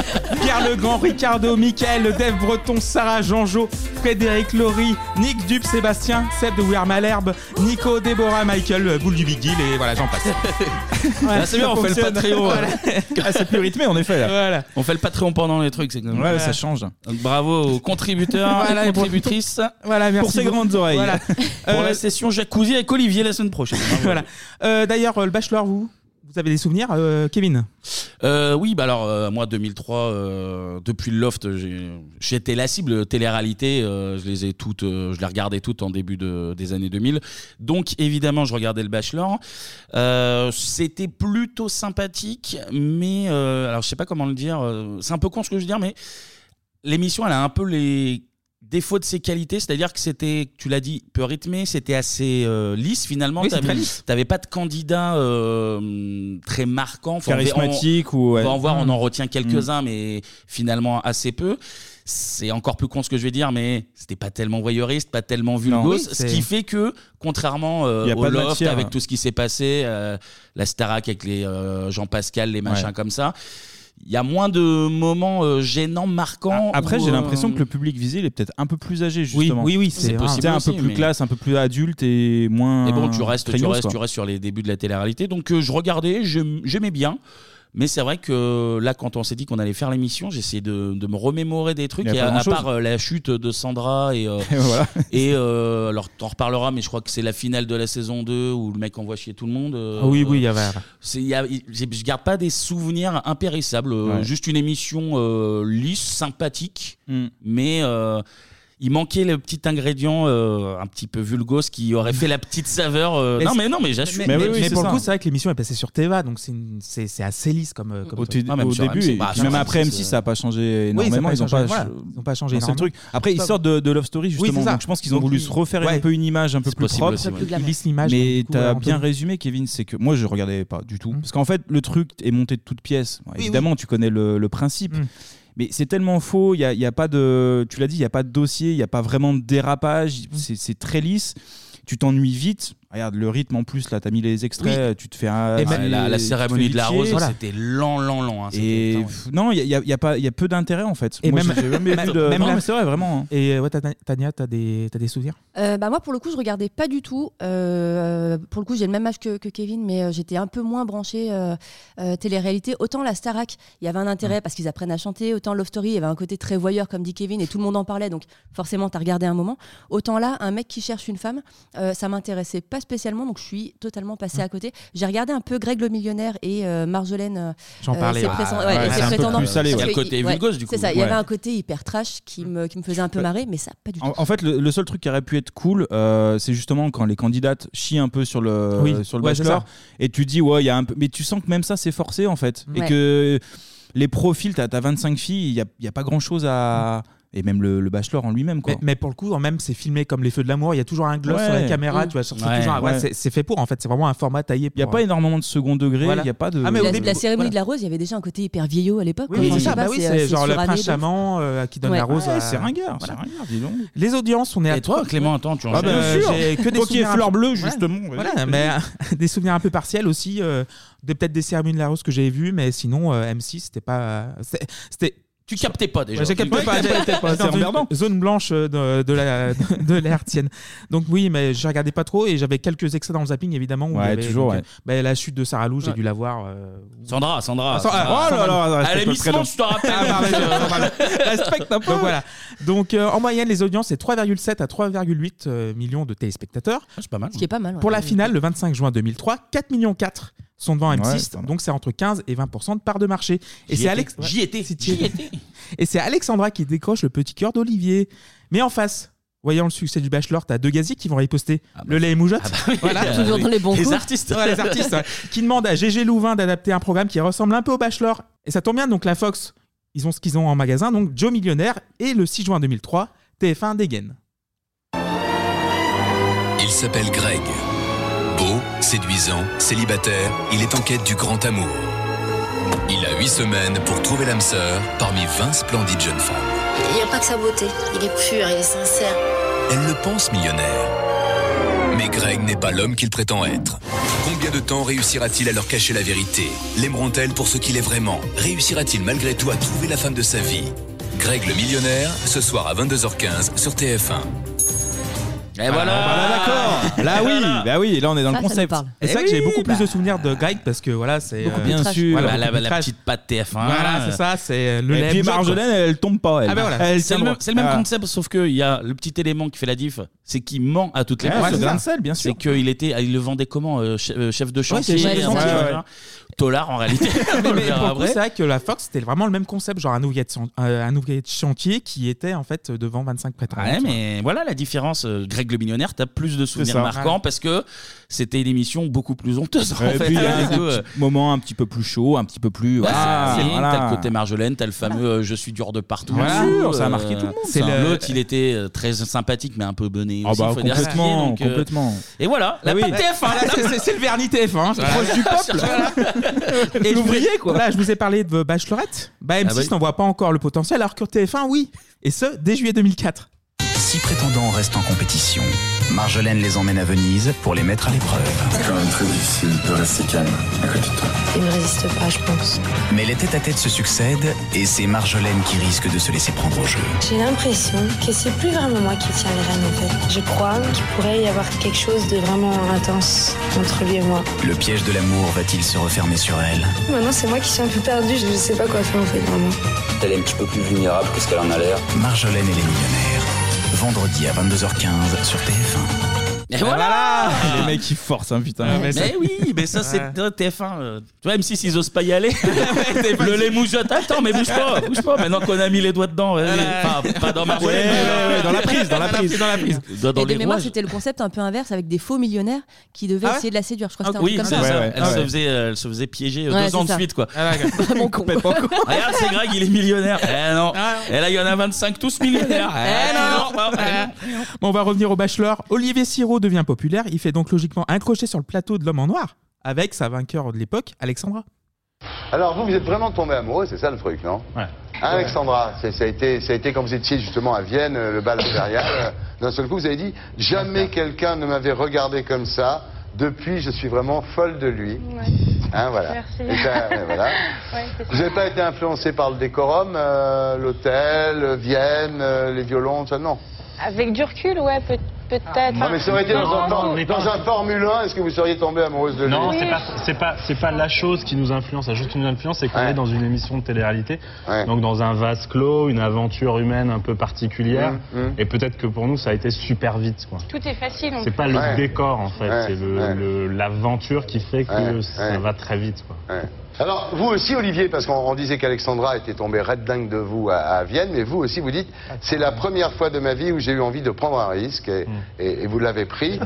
[SPEAKER 10] Pierre Legrand, Ricardo, Mickaël, Dave Breton, Sarah, Jean-Jo, Frédéric Laurie, Nick Dupe, Sébastien, Seb de We Are Malherbe, Nico, Déborah, Michael, Boule du Big Deal et voilà, j'en passe.
[SPEAKER 3] Ah, c'est bien, on fait le Patreon.
[SPEAKER 10] Voilà.
[SPEAKER 3] Ah, c'est plus rythmé en effet.
[SPEAKER 10] Voilà.
[SPEAKER 3] On fait le Patreon pendant les trucs, c'est comme
[SPEAKER 11] Ouais, ça change.
[SPEAKER 3] Donc, bravo aux contributeurs
[SPEAKER 10] Voilà,
[SPEAKER 3] et
[SPEAKER 10] et pour-
[SPEAKER 3] contributrices
[SPEAKER 10] Voilà, merci
[SPEAKER 3] pour ces
[SPEAKER 10] beaucoup.
[SPEAKER 3] grandes oreilles.
[SPEAKER 10] Voilà.
[SPEAKER 3] Pour
[SPEAKER 10] Euh,
[SPEAKER 3] la session jacuzzi avec Olivier la semaine prochaine. Ah,
[SPEAKER 10] voilà. Euh, D'ailleurs, euh, le bachelor, vous Vous avez des souvenirs, euh, Kevin
[SPEAKER 3] Euh, oui, bah alors euh, moi 2003, euh, depuis le loft, j'ai- j'étais la cible télé-réalité. euh, je les ai toutes, euh, je les regardais toutes en début de- des années 2000. Donc évidemment, je regardais le Bachelor. Euh, C'était plutôt sympathique, mais euh, alors je sais pas comment le dire. euh, C'est un peu con ce que je veux dire, mais l'émission, elle a un peu les défauts de ses qualités, c'est-à-dire que c'était, tu l'as dit, peu rythmé, c'était assez euh, lisse finalement.
[SPEAKER 11] Oui, c'est
[SPEAKER 3] T'avais-
[SPEAKER 11] très lisse.
[SPEAKER 3] T'avais pas de candidat euh, très marquant, Enfin, on-
[SPEAKER 11] Charismatique
[SPEAKER 3] on-
[SPEAKER 11] ou, ouais.
[SPEAKER 3] on va en voir, on en
[SPEAKER 11] Mm.
[SPEAKER 3] retient quelques-uns, mais finalement assez peu. C'est encore plus con ce que je vais dire, mais c'était pas tellement voyeuriste, pas tellement
[SPEAKER 11] Non.
[SPEAKER 3] vulgos,
[SPEAKER 11] Oui,
[SPEAKER 3] ce
[SPEAKER 11] c'est-
[SPEAKER 3] qui fait que, contrairement euh,
[SPEAKER 11] Il y a
[SPEAKER 3] au
[SPEAKER 11] pas de
[SPEAKER 3] loft,
[SPEAKER 11] matière.
[SPEAKER 3] avec tout ce qui s'est passé, euh, la Starac avec les euh, Jean-Pascal, les machins
[SPEAKER 11] Ouais.
[SPEAKER 3] comme ça, il y a moins de moments euh, gênants, marquants.
[SPEAKER 11] Après,
[SPEAKER 3] où,
[SPEAKER 11] j'ai
[SPEAKER 3] euh,
[SPEAKER 11] l'impression que le public visé, il est peut-être un peu plus âgé, justement.
[SPEAKER 3] oui, oui, c'est C'est possible
[SPEAKER 11] un
[SPEAKER 3] aussi,
[SPEAKER 11] peu plus
[SPEAKER 3] mais-
[SPEAKER 11] classe, un peu plus adulte et moins.
[SPEAKER 3] Mais bon, tu restes, tu
[SPEAKER 11] craignos,
[SPEAKER 3] restes,
[SPEAKER 11] quoi.
[SPEAKER 3] tu restes sur les débuts de la télé-réalité. Donc euh, je regardais, j'aim- j'aimais bien. Mais c'est vrai que euh, là, quand on s'est dit qu'on allait faire l'émission, j'essayais de, de me remémorer des trucs.
[SPEAKER 11] Il y
[SPEAKER 3] Et
[SPEAKER 11] a
[SPEAKER 3] à,
[SPEAKER 11] pas
[SPEAKER 3] à
[SPEAKER 11] grand-chose.
[SPEAKER 3] part euh, la chute de Sandra et, euh,
[SPEAKER 11] voilà.
[SPEAKER 3] et euh, alors t'en reparleras, mais je crois que c'est la finale de la saison 2 où le mec envoie chier tout le monde. euh,
[SPEAKER 10] Ah oui, oui, il y avait-
[SPEAKER 3] c'est- il y a- il- j'ai- je garde pas des souvenirs impérissables. euh,
[SPEAKER 11] Ouais.
[SPEAKER 3] Juste une émission euh, lisse, sympathique,
[SPEAKER 10] Mm.
[SPEAKER 3] mais euh, il manquait le petit ingrédient euh, un petit peu vulgos qui aurait fait la petite saveur. euh, non,
[SPEAKER 10] c'est-
[SPEAKER 3] mais non, mais j'assume.
[SPEAKER 10] Mais, mais- mais pour le coup, c'est vrai que l'émission est passée sur Teva, donc c'est une- c'est c'est assez lisse comme. euh, comme
[SPEAKER 11] Au,
[SPEAKER 10] truc.
[SPEAKER 11] tu-
[SPEAKER 3] Ah,
[SPEAKER 11] au début, et
[SPEAKER 3] bah,
[SPEAKER 11] puis même après M6,
[SPEAKER 3] euh,
[SPEAKER 11] ça n'a pas changé
[SPEAKER 10] Oui, ça a
[SPEAKER 11] énormément.
[SPEAKER 10] pas
[SPEAKER 11] ils n'ont
[SPEAKER 10] changé,
[SPEAKER 11] pas,
[SPEAKER 10] voilà, ils ont pas changé
[SPEAKER 11] C'est le truc.
[SPEAKER 10] énormément.
[SPEAKER 11] Après, ils
[SPEAKER 10] Stop.
[SPEAKER 11] sortent de, de Love Story,
[SPEAKER 10] Oui,
[SPEAKER 11] justement.
[SPEAKER 10] c'est ça.
[SPEAKER 11] donc je pense qu'ils ont
[SPEAKER 10] Donc,
[SPEAKER 11] voulu
[SPEAKER 10] ils-
[SPEAKER 11] se refaire
[SPEAKER 10] ouais.
[SPEAKER 11] un peu une image un peu plus
[SPEAKER 10] possible
[SPEAKER 11] propre.
[SPEAKER 10] aussi, ouais. Ils lissent l'image,
[SPEAKER 11] Mais
[SPEAKER 10] donc, du coup,
[SPEAKER 11] t'as
[SPEAKER 10] ouais,
[SPEAKER 11] bien
[SPEAKER 10] Anthony.
[SPEAKER 11] résumé, Kevin, c'est que moi, je regardais pas du
[SPEAKER 10] Mm.
[SPEAKER 11] tout. Parce qu'en fait, le truc est monté de toutes pièces. Bon, Évidemment, tu connais le le principe.
[SPEAKER 10] Mm.
[SPEAKER 11] Mais c'est tellement faux, il y a, il y a pas de, tu l'as dit, il n'y a pas de dossier, il n'y a pas vraiment de dérapage,
[SPEAKER 10] Mm.
[SPEAKER 11] c'est c'est très lisse, tu t'ennuies vite, regarde le rythme en plus, là t'as mis les extraits, tu te fais un...
[SPEAKER 3] Et même
[SPEAKER 11] tu-
[SPEAKER 3] la- la
[SPEAKER 11] tu te fais
[SPEAKER 3] cérémonie de la
[SPEAKER 11] vite
[SPEAKER 3] rose,
[SPEAKER 11] chier.
[SPEAKER 3] c'était lent, lent, lent, hein,
[SPEAKER 11] et pff, non, il y a, il y a- il y a pas- il y a peu d'intérêt en fait.
[SPEAKER 10] Et
[SPEAKER 11] Moi,
[SPEAKER 10] même,
[SPEAKER 11] j'ai- j'ai jamais vu de...
[SPEAKER 10] même
[SPEAKER 11] non,
[SPEAKER 10] la-
[SPEAKER 11] mais c'est vrai, vraiment. hein.
[SPEAKER 10] Et euh, ouais, Tania- Tania, t'as des, t'as des souvenirs
[SPEAKER 12] Euh, bah moi, pour le coup, je regardais pas du tout. Euh, pour le coup, j'ai le même âge que, que Kevin, mais euh, j'étais un peu moins branchée euh, euh, télé-réalité. Autant la Starac, il y avait un intérêt parce qu'ils apprennent à chanter. Autant Love Story, il y avait un côté très voyeur, comme dit Kevin, et tout le monde en parlait. Donc forcément, t'as regardé un moment. Autant là, un mec qui cherche une femme, euh, ça m'intéressait pas spécialement, donc je suis totalement passée à côté. J'ai regardé un peu Greg le millionnaire et euh, Marjolaine. euh,
[SPEAKER 3] J'en
[SPEAKER 12] euh,
[SPEAKER 3] parlais,
[SPEAKER 12] ses
[SPEAKER 3] ouais.
[SPEAKER 12] prétendants-
[SPEAKER 3] Ouais,
[SPEAKER 12] et
[SPEAKER 3] c'est
[SPEAKER 12] ses
[SPEAKER 3] un peu
[SPEAKER 12] prétendants.
[SPEAKER 3] plus salé, ouais. Il
[SPEAKER 12] Parce
[SPEAKER 3] y a le
[SPEAKER 12] que-
[SPEAKER 3] côté
[SPEAKER 12] ouais,
[SPEAKER 3] vulgose, du coup.
[SPEAKER 12] C'est ça, il y avait
[SPEAKER 11] Ouais.
[SPEAKER 12] un côté hyper trash qui me, qui me faisait un peu marrer, mais ça, pas du tout.
[SPEAKER 11] En, en fait, le, le seul truc qui aurait pu être cool, euh, c'est justement quand les candidates chient un peu sur le,
[SPEAKER 10] Oui.
[SPEAKER 11] sur le
[SPEAKER 10] Ouais, c'est
[SPEAKER 11] bachelor,
[SPEAKER 10] ça.
[SPEAKER 11] et tu dis ouais, il y a un peu, mais tu sens que même ça c'est forcé en fait,
[SPEAKER 10] Ouais.
[SPEAKER 11] et que les profils, t'as as 25 filles, il y a, il y a pas grand chose à, et même le, le bachelor en lui-même quoi.
[SPEAKER 10] Mais, mais pour le coup, même c'est filmé comme les feux de l'amour. Il y a toujours un gloss sur la
[SPEAKER 11] Ouais.
[SPEAKER 10] caméra,
[SPEAKER 11] Mm.
[SPEAKER 10] tu vois. sur-
[SPEAKER 11] Ouais,
[SPEAKER 10] toujours un- ouais,
[SPEAKER 11] ouais.
[SPEAKER 10] c'est- c'est fait pour. En fait, c'est vraiment un format taillé. euh,
[SPEAKER 11] Il n'y a pas énormément de second degré, il
[SPEAKER 10] Voilà.
[SPEAKER 11] n'y a pas de.
[SPEAKER 10] Ah, mais au
[SPEAKER 12] la,
[SPEAKER 10] début-
[SPEAKER 12] la cérémonie
[SPEAKER 10] voilà.
[SPEAKER 12] de la rose, il y avait déjà un côté hyper vieillot à l'époque.
[SPEAKER 10] Oui,
[SPEAKER 12] Enfin,
[SPEAKER 10] c'est
[SPEAKER 12] je sais
[SPEAKER 10] ça.
[SPEAKER 12] pas,
[SPEAKER 10] Bah oui,
[SPEAKER 12] euh,
[SPEAKER 10] c'est genre le
[SPEAKER 12] suranné
[SPEAKER 10] prince
[SPEAKER 12] de-
[SPEAKER 10] charmant euh, à qui donne
[SPEAKER 12] Ouais.
[SPEAKER 10] la rose.
[SPEAKER 12] Ouais,
[SPEAKER 10] à-
[SPEAKER 12] c'est
[SPEAKER 11] ringard,
[SPEAKER 10] Voilà.
[SPEAKER 11] c'est ringard, dis donc.
[SPEAKER 10] Les audiences, on est à
[SPEAKER 3] Et toi, Clément, attends, tu
[SPEAKER 10] Ah
[SPEAKER 3] enchaînes.
[SPEAKER 10] bah,
[SPEAKER 3] Bien sûr.
[SPEAKER 10] j'ai que des
[SPEAKER 3] Toi qui es
[SPEAKER 10] souvenirs un
[SPEAKER 3] fleur
[SPEAKER 10] peu-
[SPEAKER 3] bleue,
[SPEAKER 10] Voilà.
[SPEAKER 3] justement, vas-y.
[SPEAKER 10] Voilà, mais des souvenirs un peu partiels aussi. euh, de peut-être des cérémonies de la rose que j'ai vues, mais sinon euh, M6, c'était pas. c'était- C'était
[SPEAKER 3] Tu captais pas déjà.
[SPEAKER 10] Ouais, j'ai capté
[SPEAKER 3] Tu
[SPEAKER 10] pas, j'ai-
[SPEAKER 3] captais pas,
[SPEAKER 10] j'étais
[SPEAKER 3] c'est
[SPEAKER 10] dans une
[SPEAKER 3] emmerdant.
[SPEAKER 10] Zone blanche euh, de, de la de l'air tienne. Donc oui, mais je regardais pas trop et j'avais quelques excès dans le zapping évidemment. où il y
[SPEAKER 11] Ouais,
[SPEAKER 10] avait,
[SPEAKER 11] toujours,
[SPEAKER 10] donc,
[SPEAKER 11] ouais.
[SPEAKER 10] euh, bah, la chute de Sarah Lou, j'ai
[SPEAKER 3] Ouais.
[SPEAKER 10] dû la voir. euh,
[SPEAKER 3] Sandra, Sandra.
[SPEAKER 10] Ah, Sandra,
[SPEAKER 3] Sandra.
[SPEAKER 10] oh là là,
[SPEAKER 3] Sandra.
[SPEAKER 10] là,
[SPEAKER 3] Elle est
[SPEAKER 10] respecte
[SPEAKER 3] Miss
[SPEAKER 10] le prénom.
[SPEAKER 3] France, je te rappelle.
[SPEAKER 10] Ah, pardon, je- pardon. Respecte un peu. Donc voilà. Donc euh, en moyenne, les audiences c'est 3,7 à 3,8 euh, millions de téléspectateurs.
[SPEAKER 3] Ah, C'est pas mal.
[SPEAKER 12] Ce qui est pas mal, ouais.
[SPEAKER 10] Pour la finale, le 25 juin 2003, 4 millions 4 sont devant
[SPEAKER 11] Ouais,
[SPEAKER 10] M6,
[SPEAKER 11] c'est pas mal.
[SPEAKER 10] donc c'est entre 15 et 20 de part de marché. Et
[SPEAKER 11] J'y
[SPEAKER 10] c'est
[SPEAKER 11] étais.
[SPEAKER 10] Alex.
[SPEAKER 3] J'y étais.
[SPEAKER 10] Si tu y étais. Et c'est Alexandra qui décroche le petit cœur d'Olivier. Mais en face, voyant le succès du Bachelor, t'as deux gaziers qui vont riposter le lait et moujotte.
[SPEAKER 3] bah Ah, Toujours oui. dans les bons Les coups. artistes.
[SPEAKER 10] Ouais, les artistes. ouais. Qui demandent à Gégé Louvain d'adapter un programme qui ressemble un peu au Bachelor. Et ça tombe bien, donc la Fox, ils ont ce qu'ils ont en magasin, donc Joe Millionnaire. Et le 6 juin 2003, TF1 dégaine.
[SPEAKER 19] Il s'appelle Greg. Beau, séduisant, célibataire, il est en quête du grand amour. Il a huit semaines pour trouver l'âme sœur parmi 20 splendides jeunes femmes.
[SPEAKER 20] Il n'y a pas que sa beauté. Il est pur, il est sincère.
[SPEAKER 19] Elle le pense millionnaire. Mais Greg n'est pas l'homme qu'il prétend être. Combien de temps réussira-t-il à leur cacher la vérité L'aimeront-elles pour ce qu'il est vraiment Réussira-t-il malgré tout à trouver la femme de sa vie Greg le millionnaire, ce soir à 22h15 sur TF1.
[SPEAKER 3] Et voilà,
[SPEAKER 11] d'accord.
[SPEAKER 3] Ah
[SPEAKER 11] Là oui, bah oui, là on est dans
[SPEAKER 10] Ça,
[SPEAKER 11] le
[SPEAKER 10] ça nous
[SPEAKER 11] concept.
[SPEAKER 10] parle.
[SPEAKER 11] Et
[SPEAKER 3] Eh
[SPEAKER 10] C'est vrai que j'ai beaucoup plus de souvenirs de Greg parce que voilà, c'est euh,
[SPEAKER 11] bien sûr,
[SPEAKER 10] voilà,
[SPEAKER 3] Bah, la,
[SPEAKER 10] beaucoup de
[SPEAKER 3] la
[SPEAKER 10] trash.
[SPEAKER 3] petite patte TF1.
[SPEAKER 10] Voilà, c'est ça, c'est le
[SPEAKER 11] Et puis
[SPEAKER 10] lève-jeu,
[SPEAKER 11] Marjolaine,
[SPEAKER 10] quoi.
[SPEAKER 11] elle, elle tombe pas. Elle.
[SPEAKER 10] Ah bah voilà.
[SPEAKER 11] Elle
[SPEAKER 3] ben c'est
[SPEAKER 11] tient
[SPEAKER 3] le, même-
[SPEAKER 11] droit.
[SPEAKER 3] c'est le même
[SPEAKER 11] Ah.
[SPEAKER 3] concept, sauf qu'il y a le petit élément qui fait la diff, c'est qu'il ment à toutes les
[SPEAKER 11] Ouais,
[SPEAKER 3] personnes.
[SPEAKER 11] c'est le grain de sel, bien sûr.
[SPEAKER 3] C'est qu'il était, ah, il le vendait comment euh, che- euh, Chef de chantier,
[SPEAKER 10] c'est chef de
[SPEAKER 3] un truc
[SPEAKER 10] chantier,
[SPEAKER 3] comme
[SPEAKER 10] ouais.
[SPEAKER 3] ça. Tolard en réalité.
[SPEAKER 10] mais,
[SPEAKER 3] On le
[SPEAKER 10] mais
[SPEAKER 3] verra
[SPEAKER 10] pour le coup,
[SPEAKER 3] après.
[SPEAKER 10] c'est vrai que la Fox, c'était vraiment le même concept, genre un ouvrier de, chan- euh, un ouvrier de chantier qui était en fait devant 25 prétendants.
[SPEAKER 3] Ah Ouais, mais voilà la différence. euh, Greg le millionnaire, t'as plus de souvenirs
[SPEAKER 10] ça.
[SPEAKER 3] marquants
[SPEAKER 10] Ouais.
[SPEAKER 3] parce que c'était une émission beaucoup plus honteuse. en
[SPEAKER 11] Et
[SPEAKER 3] fait.
[SPEAKER 11] puis il y a
[SPEAKER 3] Du coup,
[SPEAKER 11] des
[SPEAKER 3] euh,
[SPEAKER 11] petits moments un petit peu plus chauds, un petit peu plus.
[SPEAKER 3] Ouais,
[SPEAKER 11] Ah,
[SPEAKER 3] c'est- c'est-
[SPEAKER 11] voilà.
[SPEAKER 3] T'as le côté Marjolaine, t'as le fameux euh, Je suis dur de partout.
[SPEAKER 11] Voilà.
[SPEAKER 3] Bien
[SPEAKER 11] sûr, ça a marqué tout le monde,
[SPEAKER 3] C'est
[SPEAKER 11] ça.
[SPEAKER 3] l'autre, il était euh, très sympathique, mais un peu bonnet.
[SPEAKER 11] Ah
[SPEAKER 3] aussi,
[SPEAKER 11] bah,
[SPEAKER 3] faut dire ce qui est,
[SPEAKER 11] complètement,
[SPEAKER 3] donc, euh,
[SPEAKER 11] complètement.
[SPEAKER 3] Et voilà, la
[SPEAKER 10] Ah
[SPEAKER 11] Bah oui.
[SPEAKER 3] patte TF1.
[SPEAKER 10] Enfin, hein, là, c'est- c'est- c'est le vernis TF1.
[SPEAKER 3] Voilà.
[SPEAKER 10] Proche du peuple. Et l'ouvrier, quoi. Voilà, je vous ai parlé de Bachelorette. Bah, M6
[SPEAKER 11] Ah oui.
[SPEAKER 10] n'en voit pas encore le potentiel, alors que TF1, oui. Et ce, dès juillet 2004.
[SPEAKER 20] Six prétendants restent en compétition. Marjolaine les emmène à Venise pour les mettre à l'épreuve. C'est quand même très difficile de rester calme à côté de toi.
[SPEAKER 18] Il ne résiste pas, je pense.
[SPEAKER 20] Mais les têtes à tête se succèdent et c'est Marjolaine qui risque de se laisser prendre au jeu.
[SPEAKER 18] J'ai l'impression que c'est plus vraiment moi qui tiens les rênes en fait. Je crois qu'il pourrait y avoir quelque chose de vraiment intense entre lui et moi.
[SPEAKER 20] Le piège de l'amour va-t-il se refermer sur elle
[SPEAKER 18] Maintenant c'est moi qui suis un peu perdue, je ne sais pas quoi faire en fait vraiment.
[SPEAKER 20] Elle est un petit peu plus vulnérable que ce qu'elle en a l'air. Marjolaine et les millionnaires. Vendredi à 22h15 sur TF1.
[SPEAKER 3] Et voilà
[SPEAKER 11] Les mecs, ils forcent, hein, putain.
[SPEAKER 3] mais Ben oui, mais ça c'est TF1. euh, Tu vois, M6, ils osent pas y aller. le lait moujotte, attends, mais bouge pas, bouge pas. Maintenant qu'on a mis les doigts dedans, vas-y. Enfin, pas dans Marjolaine. mais
[SPEAKER 11] dans la prise, dans la prise,
[SPEAKER 10] dans la prise.
[SPEAKER 3] Doigts dans
[SPEAKER 12] et de
[SPEAKER 3] les
[SPEAKER 12] mémoire,
[SPEAKER 3] rouages.
[SPEAKER 12] c'était le concept un peu inverse avec des faux millionnaires qui
[SPEAKER 10] Ah
[SPEAKER 12] devaient essayer de la séduire. Je crois que c'était un
[SPEAKER 3] Oui,
[SPEAKER 12] truc
[SPEAKER 3] c'est
[SPEAKER 12] comme ça.
[SPEAKER 3] ça.
[SPEAKER 11] Ouais, ouais.
[SPEAKER 3] Elle,
[SPEAKER 11] Ah
[SPEAKER 3] se
[SPEAKER 11] ouais. Ah,
[SPEAKER 3] faisait, euh, elle se faisait piéger euh,
[SPEAKER 12] Ouais,
[SPEAKER 3] deux ans
[SPEAKER 12] c'est
[SPEAKER 3] de
[SPEAKER 12] ça.
[SPEAKER 3] suite, quoi.
[SPEAKER 12] Vraiment con.
[SPEAKER 3] Regarde, c'est Greg, il est millionnaire. Eh non.
[SPEAKER 11] Ah
[SPEAKER 3] Et là, il y en a 25, tous millionnaires. Eh
[SPEAKER 10] Ah
[SPEAKER 3] non.
[SPEAKER 10] Bon, on va revenir au Bachelor. Olivier Sirot devient populaire. Il fait donc logiquement un crochet sur le plateau de l'homme en noir avec sa vainqueur de l'époque, Alexandra.
[SPEAKER 21] Alors vous, vous êtes vraiment tombé amoureux, c'est ça le truc, non Ouais. Alexandra, c'est- ça a, été, ça a été quand vous étiez justement à Vienne, euh, le bal impérial. euh, D'un seul coup, vous avez dit Jamais quelqu'un ne m'avait regardé comme ça. Depuis, je suis vraiment folle de lui. Hein, voilà.
[SPEAKER 22] Merci.
[SPEAKER 21] Et ça, ouais, voilà. Vous n'avez pas été influencé par le décorum, euh, l'hôtel, euh, Vienne, euh, les violons, tout ça, non
[SPEAKER 22] Avec du recul, ouais, peut- peut-être.
[SPEAKER 21] Non, mais ça aurait été dans, un, temps-
[SPEAKER 22] Oui,
[SPEAKER 21] dans un Formule 1, est-ce que vous seriez tombé amoureuse de lui
[SPEAKER 2] Non, c'est pas, c'est pas, c'est pas la chose qui nous influence. La chose qui nous influence, c'est qu'on est dans une émission de télé-réalité, donc dans un vase clos, une aventure humaine un peu particulière,
[SPEAKER 21] Mm,
[SPEAKER 2] et peut-être que pour nous, ça a été super vite, quoi.
[SPEAKER 22] Tout est facile. en
[SPEAKER 2] C'est
[SPEAKER 22] plus.
[SPEAKER 2] pas le
[SPEAKER 22] Ouais.
[SPEAKER 2] décor en fait,
[SPEAKER 21] Ouais,
[SPEAKER 2] c'est le-
[SPEAKER 21] ouais.
[SPEAKER 2] le- l'aventure qui fait que
[SPEAKER 21] Ouais,
[SPEAKER 2] ça va très vite. Quoi.
[SPEAKER 21] Alors, vous aussi, Olivier, parce qu'on on disait qu'Alexandra était tombée red dingue de vous à, à Vienne, mais vous aussi, vous dites, c'est la première fois de ma vie où j'ai eu envie de prendre un risque, et, et- et vous l'avez pris.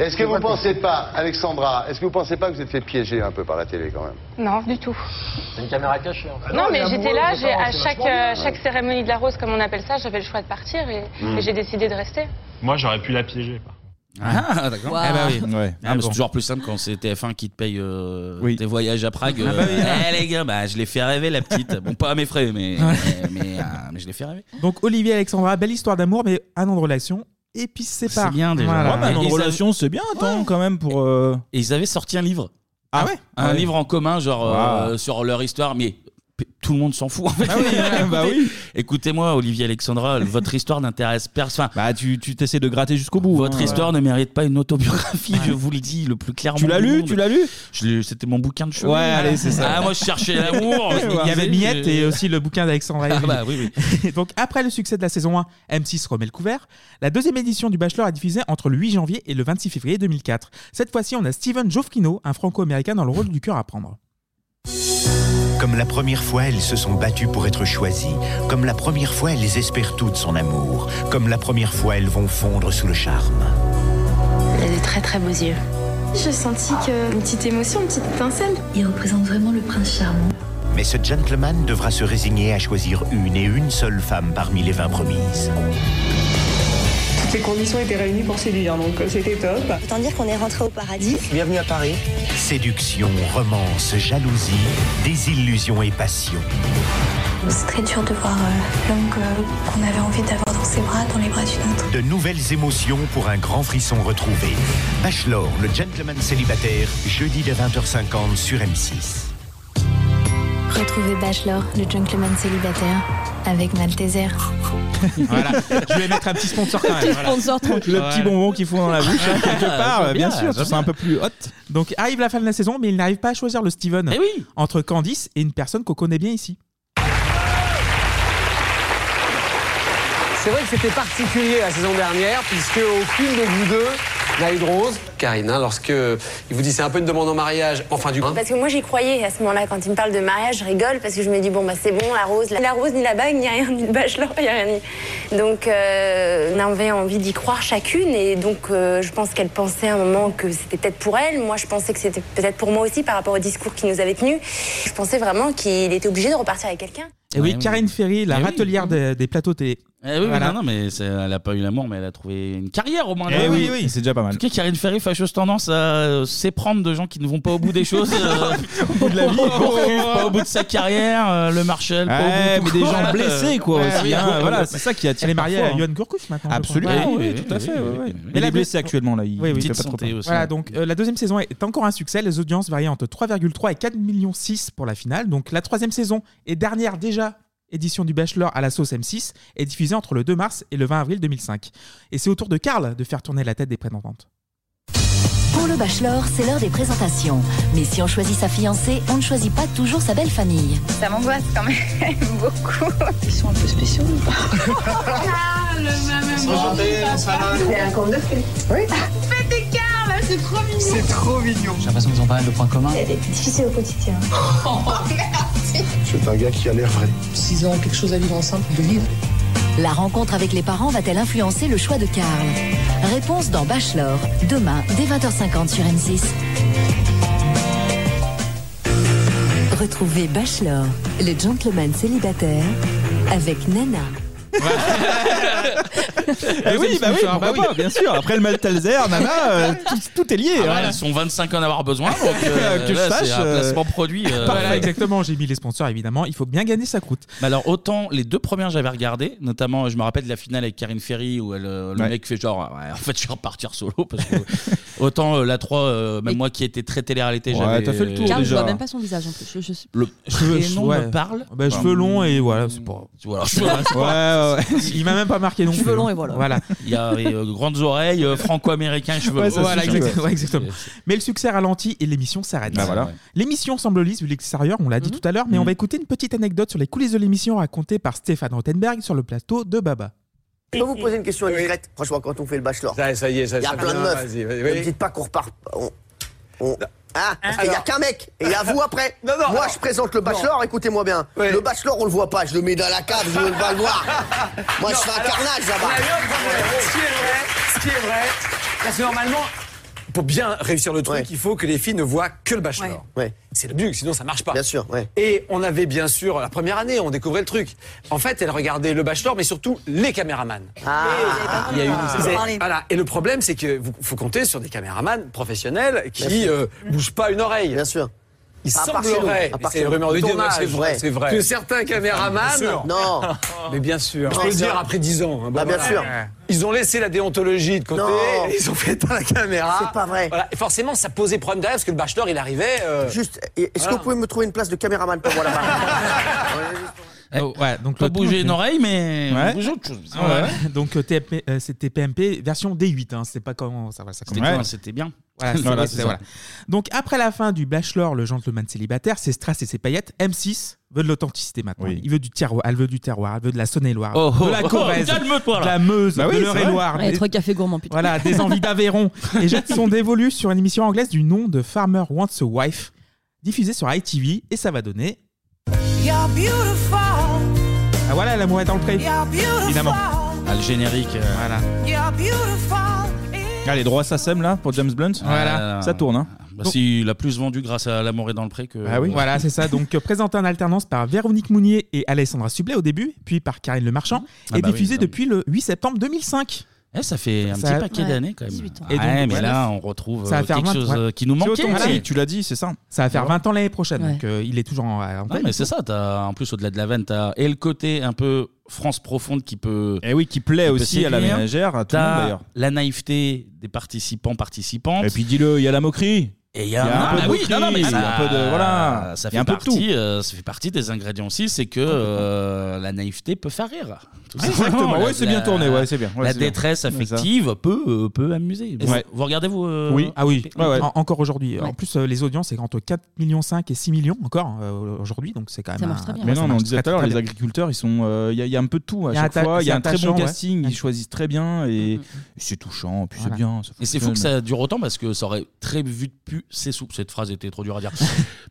[SPEAKER 21] Est-ce que vous pensez pas, Alexandra, est-ce que vous pensez pas que vous êtes fait piéger un peu par la télé, quand même
[SPEAKER 22] Non, du tout.
[SPEAKER 23] C'est une caméra cachée.
[SPEAKER 22] non,
[SPEAKER 24] Ah,
[SPEAKER 22] mais j'étais là, j'ai- à
[SPEAKER 23] c'est
[SPEAKER 22] chaque,
[SPEAKER 23] vachement bien.
[SPEAKER 22] euh, chaque cérémonie de la rose, comme on appelle ça, j'avais le choix de partir et,
[SPEAKER 2] Mm.
[SPEAKER 22] et j'ai décidé de rester.
[SPEAKER 2] Moi, j'aurais pu la piéger. quoi.
[SPEAKER 3] Ah, d'accord.
[SPEAKER 22] Wow. Eh ben oui.
[SPEAKER 3] Ah,
[SPEAKER 11] Ouais.
[SPEAKER 3] mais C'est toujours plus simple quand c'est TF1 qui te paye euh, tes voyages à Prague.
[SPEAKER 11] Ah bah oui.
[SPEAKER 3] Euh, Eh les gars, bah, je l'ai fait rêver la petite. Bon, pas à mes frais, mais, mais, mais, euh, mais je l'ai fait rêver.
[SPEAKER 10] Donc Olivier et Alexandra, belle histoire d'amour, mais un an de relation. Et puis c'est pas. Voilà.
[SPEAKER 11] Ouais, bah, dans relation, c'est bien, attends, quand même, pour. euh,
[SPEAKER 3] Et ils avaient sorti un livre.
[SPEAKER 10] Ah ouais
[SPEAKER 3] Un
[SPEAKER 11] Ouais.
[SPEAKER 3] livre en commun, genre euh, sur leur histoire, mais p- tout le monde s'en fout. En fait. Écoutez- Écoutez-moi, Olivier Alexandra, votre histoire n'intéresse personne.
[SPEAKER 11] Bah, tu tu t'essaies de gratter jusqu'au bout. hein,
[SPEAKER 3] Votre histoire ne mérite pas une autobiographie, je vous le dis le plus clairement.
[SPEAKER 11] Tu l'as
[SPEAKER 3] du
[SPEAKER 11] lu
[SPEAKER 3] monde.
[SPEAKER 11] Tu l'as lu
[SPEAKER 3] Je l'ai- C'était mon bouquin de cheveux.
[SPEAKER 11] Ouais, allez, c'est ça.
[SPEAKER 3] Ah, moi, je cherchais l'amour.
[SPEAKER 10] Il y avait Miette et aussi le bouquin d'Alexandra.
[SPEAKER 3] Ah
[SPEAKER 10] Hervé.
[SPEAKER 3] bah oui,
[SPEAKER 10] Donc après le succès de la saison 1, M6 remet le couvert. La deuxième édition du Bachelor est diffusée entre le 8 janvier et le 26 février 2004. Cette fois-ci, on a Steven Jofrino, un franco-américain dans le rôle du cœur à prendre.
[SPEAKER 25] Comme la première fois, elles se sont battues pour être choisies. Comme la première fois, elles espèrent toutes son amour. Comme la première fois, elles vont fondre sous le charme.
[SPEAKER 18] Il a des très très beaux yeux. J'ai senti que une petite émotion, une petite étincelle. Il représente vraiment le prince charmant.
[SPEAKER 25] Mais ce gentleman devra se résigner à choisir une et une seule femme parmi les 20 promises.
[SPEAKER 26] Toutes les conditions étaient réunies pour séduire, donc euh, c'était top. Autant dire qu'on est rentré au paradis.
[SPEAKER 25] Bienvenue à Paris. Séduction, romance, jalousie, désillusion et passion.
[SPEAKER 4] euh,
[SPEAKER 18] C'est très dur de voir l'homme qu'on avait envie d'avoir dans
[SPEAKER 4] ses bras dans les bras d'une autre.
[SPEAKER 25] De nouvelles émotions pour un grand frisson retrouvé. Bachelor, le gentleman célibataire, jeudi de 20h50 sur M6.
[SPEAKER 4] Retrouvez Bachelor, le gentleman célibataire, avec Malteser.
[SPEAKER 10] Voilà. Je vais mettre un petit sponsor quand même.
[SPEAKER 4] Petit
[SPEAKER 10] voilà.
[SPEAKER 4] sponsor tranquille.
[SPEAKER 10] Le petit
[SPEAKER 4] Ouais.
[SPEAKER 10] bonbon qu'il faut dans la bouche, hein, quelque
[SPEAKER 11] Ah,
[SPEAKER 10] part,
[SPEAKER 11] j'aime
[SPEAKER 10] bien,
[SPEAKER 11] bien,
[SPEAKER 10] sûr,
[SPEAKER 11] j'aime
[SPEAKER 10] ce sera un
[SPEAKER 11] bien.
[SPEAKER 10] peu plus hot. Donc arrive la fin de la saison, mais il n'arrive pas à choisir le Steven entre Candice et une personne qu'on connaît bien ici.
[SPEAKER 24] C'est vrai que c'était particulier la saison dernière, puisque aucune de vous deux n'a eu de rose. Karine, hein, lorsque il vous dit c'est un peu une demande en mariage, enfin
[SPEAKER 1] Hein
[SPEAKER 24] du coup.
[SPEAKER 8] Parce que moi j'y croyais à ce moment-là, quand il me parle de mariage, je rigole parce que je me dis bon bah c'est bon, la rose, la, la rose ni la bague, ni rien, ni le bachelor, il y a rien. Ni... Donc euh, on avait envie d'y croire chacune et donc euh, je pense qu'elle pensait à un moment que c'était peut-être pour elle, moi je pensais que c'était peut-être pour moi aussi par rapport au discours qu'il nous avait tenu. Je pensais vraiment qu'il était obligé de repartir avec quelqu'un.
[SPEAKER 10] Et oui,
[SPEAKER 3] Ouais,
[SPEAKER 10] Karine Ferry, la
[SPEAKER 3] Eh oui.
[SPEAKER 10] râtelière des, des plateaux télé.
[SPEAKER 3] Eh oui,
[SPEAKER 10] Voilà.
[SPEAKER 3] non, non, mais c'est- elle a pas eu l'amour, mais elle a trouvé une carrière au moins.
[SPEAKER 11] Eh
[SPEAKER 3] là.
[SPEAKER 11] oui, oui, c'est déjà pas mal.
[SPEAKER 3] En tout cas, Karine Ferry, fâcheuse tendance à euh, s'éprendre de gens qui ne vont pas au bout des choses. euh,
[SPEAKER 11] Au bout de la vie.
[SPEAKER 3] pas au bout de sa carrière, euh, le Marshall. pas au
[SPEAKER 11] Ouais,
[SPEAKER 3] bout de
[SPEAKER 11] mais des
[SPEAKER 3] tout
[SPEAKER 11] gens
[SPEAKER 3] court.
[SPEAKER 11] blessés, quoi,
[SPEAKER 3] Ouais,
[SPEAKER 11] aussi,
[SPEAKER 3] oui,
[SPEAKER 11] hein,
[SPEAKER 3] oui,
[SPEAKER 11] voilà,
[SPEAKER 3] oui.
[SPEAKER 11] c'est ça qui attire
[SPEAKER 10] Elle est mariée
[SPEAKER 11] parfois,
[SPEAKER 10] à
[SPEAKER 11] hein.
[SPEAKER 10] Johan Gourcuff maintenant. je
[SPEAKER 11] Absolument,
[SPEAKER 10] crois. Ah,
[SPEAKER 11] oui, oui, tout à fait, oui, oui.
[SPEAKER 10] Mais
[SPEAKER 11] Il
[SPEAKER 10] la
[SPEAKER 11] est blessé
[SPEAKER 10] deux-
[SPEAKER 11] actuellement, là, il- il fait pas trop peur.
[SPEAKER 10] Voilà, donc euh, la deuxième saison est encore un succès. Les audiences varient entre 3,3 et 4,6 millions pour la finale. Donc la troisième saison et dernière déjà édition du Bachelor à la sauce M6 est diffusée entre le 2 mars et le 20 avril 2005. Et c'est au tour de Karl de faire tourner la tête des prétendantes.
[SPEAKER 27] Pour le bachelor, c'est l'heure des présentations. Mais si on choisit sa fiancée, on ne choisit pas toujours sa belle famille.
[SPEAKER 28] Ça m'angoisse quand même beaucoup. Ils sont un peu spéciaux ou pas
[SPEAKER 14] C'est un conte de fées. Oui.
[SPEAKER 28] Faites Ah, des cartes, là, c'est trop mignon.
[SPEAKER 14] C'est trop mignon.
[SPEAKER 6] J'ai l'impression qu'ils ont pas mal de points communs.
[SPEAKER 14] difficile au quotidien.
[SPEAKER 6] C'est un gars qui a l'air vrai.
[SPEAKER 27] S'ils ont quelque chose à vivre ensemble, de vivre. La rencontre avec les parents va-t-elle influencer le choix de Karl Réponse dans Bachelor, demain dès 20h50 sur M6. Retrouvez Bachelor, le gentleman célibataire, avec Nana.
[SPEAKER 11] Eh oui, bah oui,
[SPEAKER 3] Ah, bah
[SPEAKER 11] pourquoi
[SPEAKER 3] oui.
[SPEAKER 11] pas, bien sûr. Après le Malteser, Nana, euh, tout, tout est lié.
[SPEAKER 3] Ah, voilà,
[SPEAKER 11] hein.
[SPEAKER 3] Ils sont 25 à en avoir besoin, donc euh,
[SPEAKER 11] Que je
[SPEAKER 3] là, c'est
[SPEAKER 11] sache,
[SPEAKER 3] un
[SPEAKER 11] euh,
[SPEAKER 3] placement produit. euh,
[SPEAKER 10] Parfait,
[SPEAKER 3] voilà.
[SPEAKER 10] exactement. J'ai mis les sponsors, évidemment. Il faut bien gagner sa croûte.
[SPEAKER 3] Mais alors autant les deux premières j'avais regardé, notamment je me rappelle de la finale avec Karine Ferry où elle, euh, le
[SPEAKER 11] Ouais.
[SPEAKER 3] mec fait genre ouais, en fait je vais repartir solo parce que autant euh, la 3 euh, même moi qui étais très télé-réalité
[SPEAKER 11] Ouais,
[SPEAKER 3] j'avais
[SPEAKER 11] t'as fait le tour,
[SPEAKER 12] Karl, je vois même pas son visage en plus. Je, je sais-
[SPEAKER 3] Le
[SPEAKER 10] Cheveux-
[SPEAKER 3] prénom
[SPEAKER 10] ouais.
[SPEAKER 3] me parle. hmm.
[SPEAKER 10] Bah, cheveux longs et voilà, c'est pas.
[SPEAKER 3] Voilà, cheveux longs, c'est pas-
[SPEAKER 10] Ouais, ouais, ouais. Il m'a même pas marqué non plus.
[SPEAKER 3] longs
[SPEAKER 10] hein.
[SPEAKER 3] et voilà.
[SPEAKER 10] Voilà.
[SPEAKER 3] Il y a euh, grandes oreilles, euh, franco-américain, cheveux
[SPEAKER 10] Ouais,
[SPEAKER 3] longs.
[SPEAKER 10] ça Voilà, suffit, exactement, ouais. ouais, exactement.
[SPEAKER 3] C'est-
[SPEAKER 10] Mais le succès ralentit et l'émission s'arrête.
[SPEAKER 3] Bah voilà.
[SPEAKER 10] L'émission semble lisse vu l'extérieur, on l'a
[SPEAKER 3] Mhm.
[SPEAKER 10] dit tout à l'heure, mais on va écouter une petite anecdote sur les coulisses de l'émission racontée par Stéphane Rothenberg sur le plateau de Baba.
[SPEAKER 19] Je peux vous poser une question indiscrète Franchement, quand on fait le bachelor,
[SPEAKER 1] ça y est, ça-
[SPEAKER 19] il y a
[SPEAKER 1] ça-
[SPEAKER 19] plein de
[SPEAKER 1] non,
[SPEAKER 19] meufs.
[SPEAKER 1] vas-y, vas-y,
[SPEAKER 19] Ne
[SPEAKER 1] oui.
[SPEAKER 19] me dites pas qu'on repart. On, on- Hein Parce qu'il n'y a qu'un mec. Et il avoue après. Moi, je présente le bachelor, écoutez-moi bien. Le bachelor, on le voit pas. Je le mets dans la cave, je ne veux pas le voir. Moi, je
[SPEAKER 1] Non,
[SPEAKER 19] fais un
[SPEAKER 1] alors,
[SPEAKER 19] carnage
[SPEAKER 1] mais alors,
[SPEAKER 19] là-bas.
[SPEAKER 1] Ce qui est vrai, ce qui est vrai, parce que normalement, pour bien réussir le truc, il faut que les filles ne voient que le bachelor. C'est le but, sinon ça marche pas. Bien
[SPEAKER 19] sûr,
[SPEAKER 1] Et on avait bien sûr, la première année, on découvrait le truc. En fait, elle regardait le bachelor, mais surtout les caméramans. Il y a eu-
[SPEAKER 19] Ah,
[SPEAKER 1] c'est- voilà. Et le problème, c'est que vous, faut compter sur des caméramans professionnels
[SPEAKER 19] Bien
[SPEAKER 1] qui
[SPEAKER 19] sûr.
[SPEAKER 1] euh, bougent pas une oreille. Bien
[SPEAKER 19] sûr.
[SPEAKER 1] Il
[SPEAKER 19] À part chez nous,
[SPEAKER 1] semblerait,
[SPEAKER 19] à part
[SPEAKER 1] c'est
[SPEAKER 19] chez
[SPEAKER 1] une
[SPEAKER 19] nous.
[SPEAKER 1] rumeur de
[SPEAKER 19] Au
[SPEAKER 1] tournage,
[SPEAKER 19] tournage, c'est vrai.
[SPEAKER 1] que certains caméramans,
[SPEAKER 19] Bien sûr. Non.
[SPEAKER 1] mais bien sûr, je
[SPEAKER 19] Non,
[SPEAKER 1] peux le
[SPEAKER 19] ça-
[SPEAKER 1] dire après 10 ans. hein,
[SPEAKER 19] Bah, bien
[SPEAKER 1] voilà.
[SPEAKER 19] sûr.
[SPEAKER 1] Ils ont laissé la déontologie de côté,
[SPEAKER 19] Non.
[SPEAKER 1] et ils ont fait éteindre la caméra.
[SPEAKER 19] C'est pas vrai.
[SPEAKER 1] Voilà. Et forcément, ça posait problème derrière parce que le bachelor, il arrivait. euh,
[SPEAKER 19] Juste, est-ce
[SPEAKER 1] voilà.
[SPEAKER 19] que vous pouvez me trouver une place de caméraman pour moi là-bas
[SPEAKER 10] ouais, donc
[SPEAKER 3] Pas
[SPEAKER 10] le-
[SPEAKER 3] bouger une oreille, mais
[SPEAKER 10] Ouais.
[SPEAKER 3] bouger autre chose.
[SPEAKER 10] Ouais. Donc euh, TP, euh, c'était PMP version D8, hein, c'est pas comment ça va, ça
[SPEAKER 3] C'était
[SPEAKER 10] commence.
[SPEAKER 3] cool, c'était bien.
[SPEAKER 10] Voilà, c'est-
[SPEAKER 3] Voilà,
[SPEAKER 10] ouais,
[SPEAKER 3] c'est
[SPEAKER 10] c'était-
[SPEAKER 3] ça.
[SPEAKER 10] voilà. Donc après la fin du Bachelor, le gentleman célibataire, ses strass et ses paillettes, M6 veut de l'authenticité maintenant. Il veut du terroir, elle veut du terroir, elle veut de la Saône-et-Loire,
[SPEAKER 3] Oh,
[SPEAKER 10] de la
[SPEAKER 3] oh, oh,
[SPEAKER 10] Corrèze,
[SPEAKER 3] calme-toi, là.
[SPEAKER 10] de la Meuse,
[SPEAKER 3] Bah oui,
[SPEAKER 10] de
[SPEAKER 3] c'est
[SPEAKER 10] l'Eure-et-Loire,
[SPEAKER 12] Ouais,
[SPEAKER 10] des-
[SPEAKER 12] trois cafés gourmands, putain.
[SPEAKER 10] Voilà, des envies d'Aveyron. Et jette son dévolu sur une émission anglaise du nom de Farmer Wants a Wife, diffusée sur ITV, et ça va donner.
[SPEAKER 7] You're beautiful.
[SPEAKER 10] Ah voilà, l'amour est dans le pré.
[SPEAKER 7] You're beautiful.
[SPEAKER 10] Évidemment.
[SPEAKER 3] Ah, le générique.
[SPEAKER 10] Voilà.
[SPEAKER 7] You're beautiful.
[SPEAKER 11] Ah, les droits SACEM, là, pour James Blunt.
[SPEAKER 3] Voilà.
[SPEAKER 11] Ça tourne, hein. Ah
[SPEAKER 3] Bah, si, il a plus vendu grâce à L'amour est dans le pré que.
[SPEAKER 10] Voilà, c'est ça. Donc, euh, présenté en alternance par Véronique Mounier et Alessandra Sublet au début, puis par Karine Le Marchand,
[SPEAKER 3] Ah
[SPEAKER 10] et
[SPEAKER 3] bah oui,
[SPEAKER 10] diffusé
[SPEAKER 3] non, mais-
[SPEAKER 10] depuis le 8 septembre 2005.
[SPEAKER 3] Eh, ça fait un
[SPEAKER 11] Ça-
[SPEAKER 3] petit paquet
[SPEAKER 11] Ouais,
[SPEAKER 3] d'années quand même. Ah
[SPEAKER 11] 18 ans.
[SPEAKER 3] Ouais,
[SPEAKER 11] Et donc,
[SPEAKER 3] mais
[SPEAKER 11] voilà.
[SPEAKER 3] là, on retrouve
[SPEAKER 11] Ça va
[SPEAKER 3] euh,
[SPEAKER 11] faire
[SPEAKER 3] quelque
[SPEAKER 11] 20,
[SPEAKER 3] chose
[SPEAKER 11] ouais.
[SPEAKER 3] euh, qui nous
[SPEAKER 11] C'est
[SPEAKER 3] manquait.
[SPEAKER 11] autant que
[SPEAKER 3] aussi.
[SPEAKER 11] tu- tu l'as dit, c'est ça.
[SPEAKER 10] Ça va faire
[SPEAKER 3] Voilà.
[SPEAKER 10] 20 ans l'année prochaine,
[SPEAKER 3] Ouais.
[SPEAKER 10] donc euh, il est toujours en, en
[SPEAKER 3] Non, mais c'est ça. As, en plus, au-delà de la veine, t'as et le côté un peu France profonde qui peut.
[SPEAKER 11] Et Eh oui, qui plaît
[SPEAKER 3] peut
[SPEAKER 11] aussi à la
[SPEAKER 3] séduire.
[SPEAKER 11] ménagère, à tout le
[SPEAKER 3] T'as
[SPEAKER 11] monde, d'ailleurs.
[SPEAKER 3] La naïveté des participants, participantes.
[SPEAKER 11] Et puis dis-le, il y a la moquerie.
[SPEAKER 3] Et il
[SPEAKER 11] y a un peu de
[SPEAKER 3] Ah oui,
[SPEAKER 11] moquerie,
[SPEAKER 3] non, non, mais
[SPEAKER 11] il y a
[SPEAKER 3] ça-
[SPEAKER 11] un peu de- voilà,
[SPEAKER 3] ça
[SPEAKER 11] il y a
[SPEAKER 3] fait
[SPEAKER 11] un peu de
[SPEAKER 3] partie,
[SPEAKER 11] tout.
[SPEAKER 3] euh, ça fait partie des ingrédients aussi, c'est que euh, la naïveté peut faire rire. Tout
[SPEAKER 11] Ah,
[SPEAKER 3] simplement.
[SPEAKER 11] exactement,
[SPEAKER 3] La-
[SPEAKER 11] ouais, c'est
[SPEAKER 3] la-
[SPEAKER 11] bien tourné, ouais, c'est bien, ouais,
[SPEAKER 3] la
[SPEAKER 11] c'est bien.
[SPEAKER 3] détresse
[SPEAKER 11] C'est ça.
[SPEAKER 3] affective peut, euh, peut amuser. Vous,
[SPEAKER 10] Ouais.
[SPEAKER 3] vous regardez vous euh,
[SPEAKER 10] oui, ah oui,
[SPEAKER 3] Ouais, ouais.
[SPEAKER 10] En- encore aujourd'hui. En
[SPEAKER 3] Ouais.
[SPEAKER 10] plus, euh, les audiences, c'est entre 4,5 millions et 6 millions encore euh, aujourd'hui, donc c'est quand même. un-
[SPEAKER 11] Mais
[SPEAKER 10] ouais, ça
[SPEAKER 11] non, mais on
[SPEAKER 10] marche
[SPEAKER 11] disait
[SPEAKER 10] très,
[SPEAKER 11] tout à l'heure,
[SPEAKER 10] très
[SPEAKER 11] les
[SPEAKER 10] bien.
[SPEAKER 11] agriculteurs, ils sont, euh, il y, a- il y a un peu de tout à
[SPEAKER 10] Il y a
[SPEAKER 11] chaque
[SPEAKER 10] atta-
[SPEAKER 11] fois. Il y a
[SPEAKER 10] c'est
[SPEAKER 11] un très bon
[SPEAKER 10] attachant, ouais.
[SPEAKER 11] casting, ils choisissent très bien et c'est touchant, puis c'est
[SPEAKER 3] Voilà.
[SPEAKER 11] bien. ça
[SPEAKER 3] Et c'est fou que
[SPEAKER 11] fonctionne.
[SPEAKER 3] ça dure autant parce que ça aurait très vite pu s'essouffler. Cette phrase était trop dure à dire.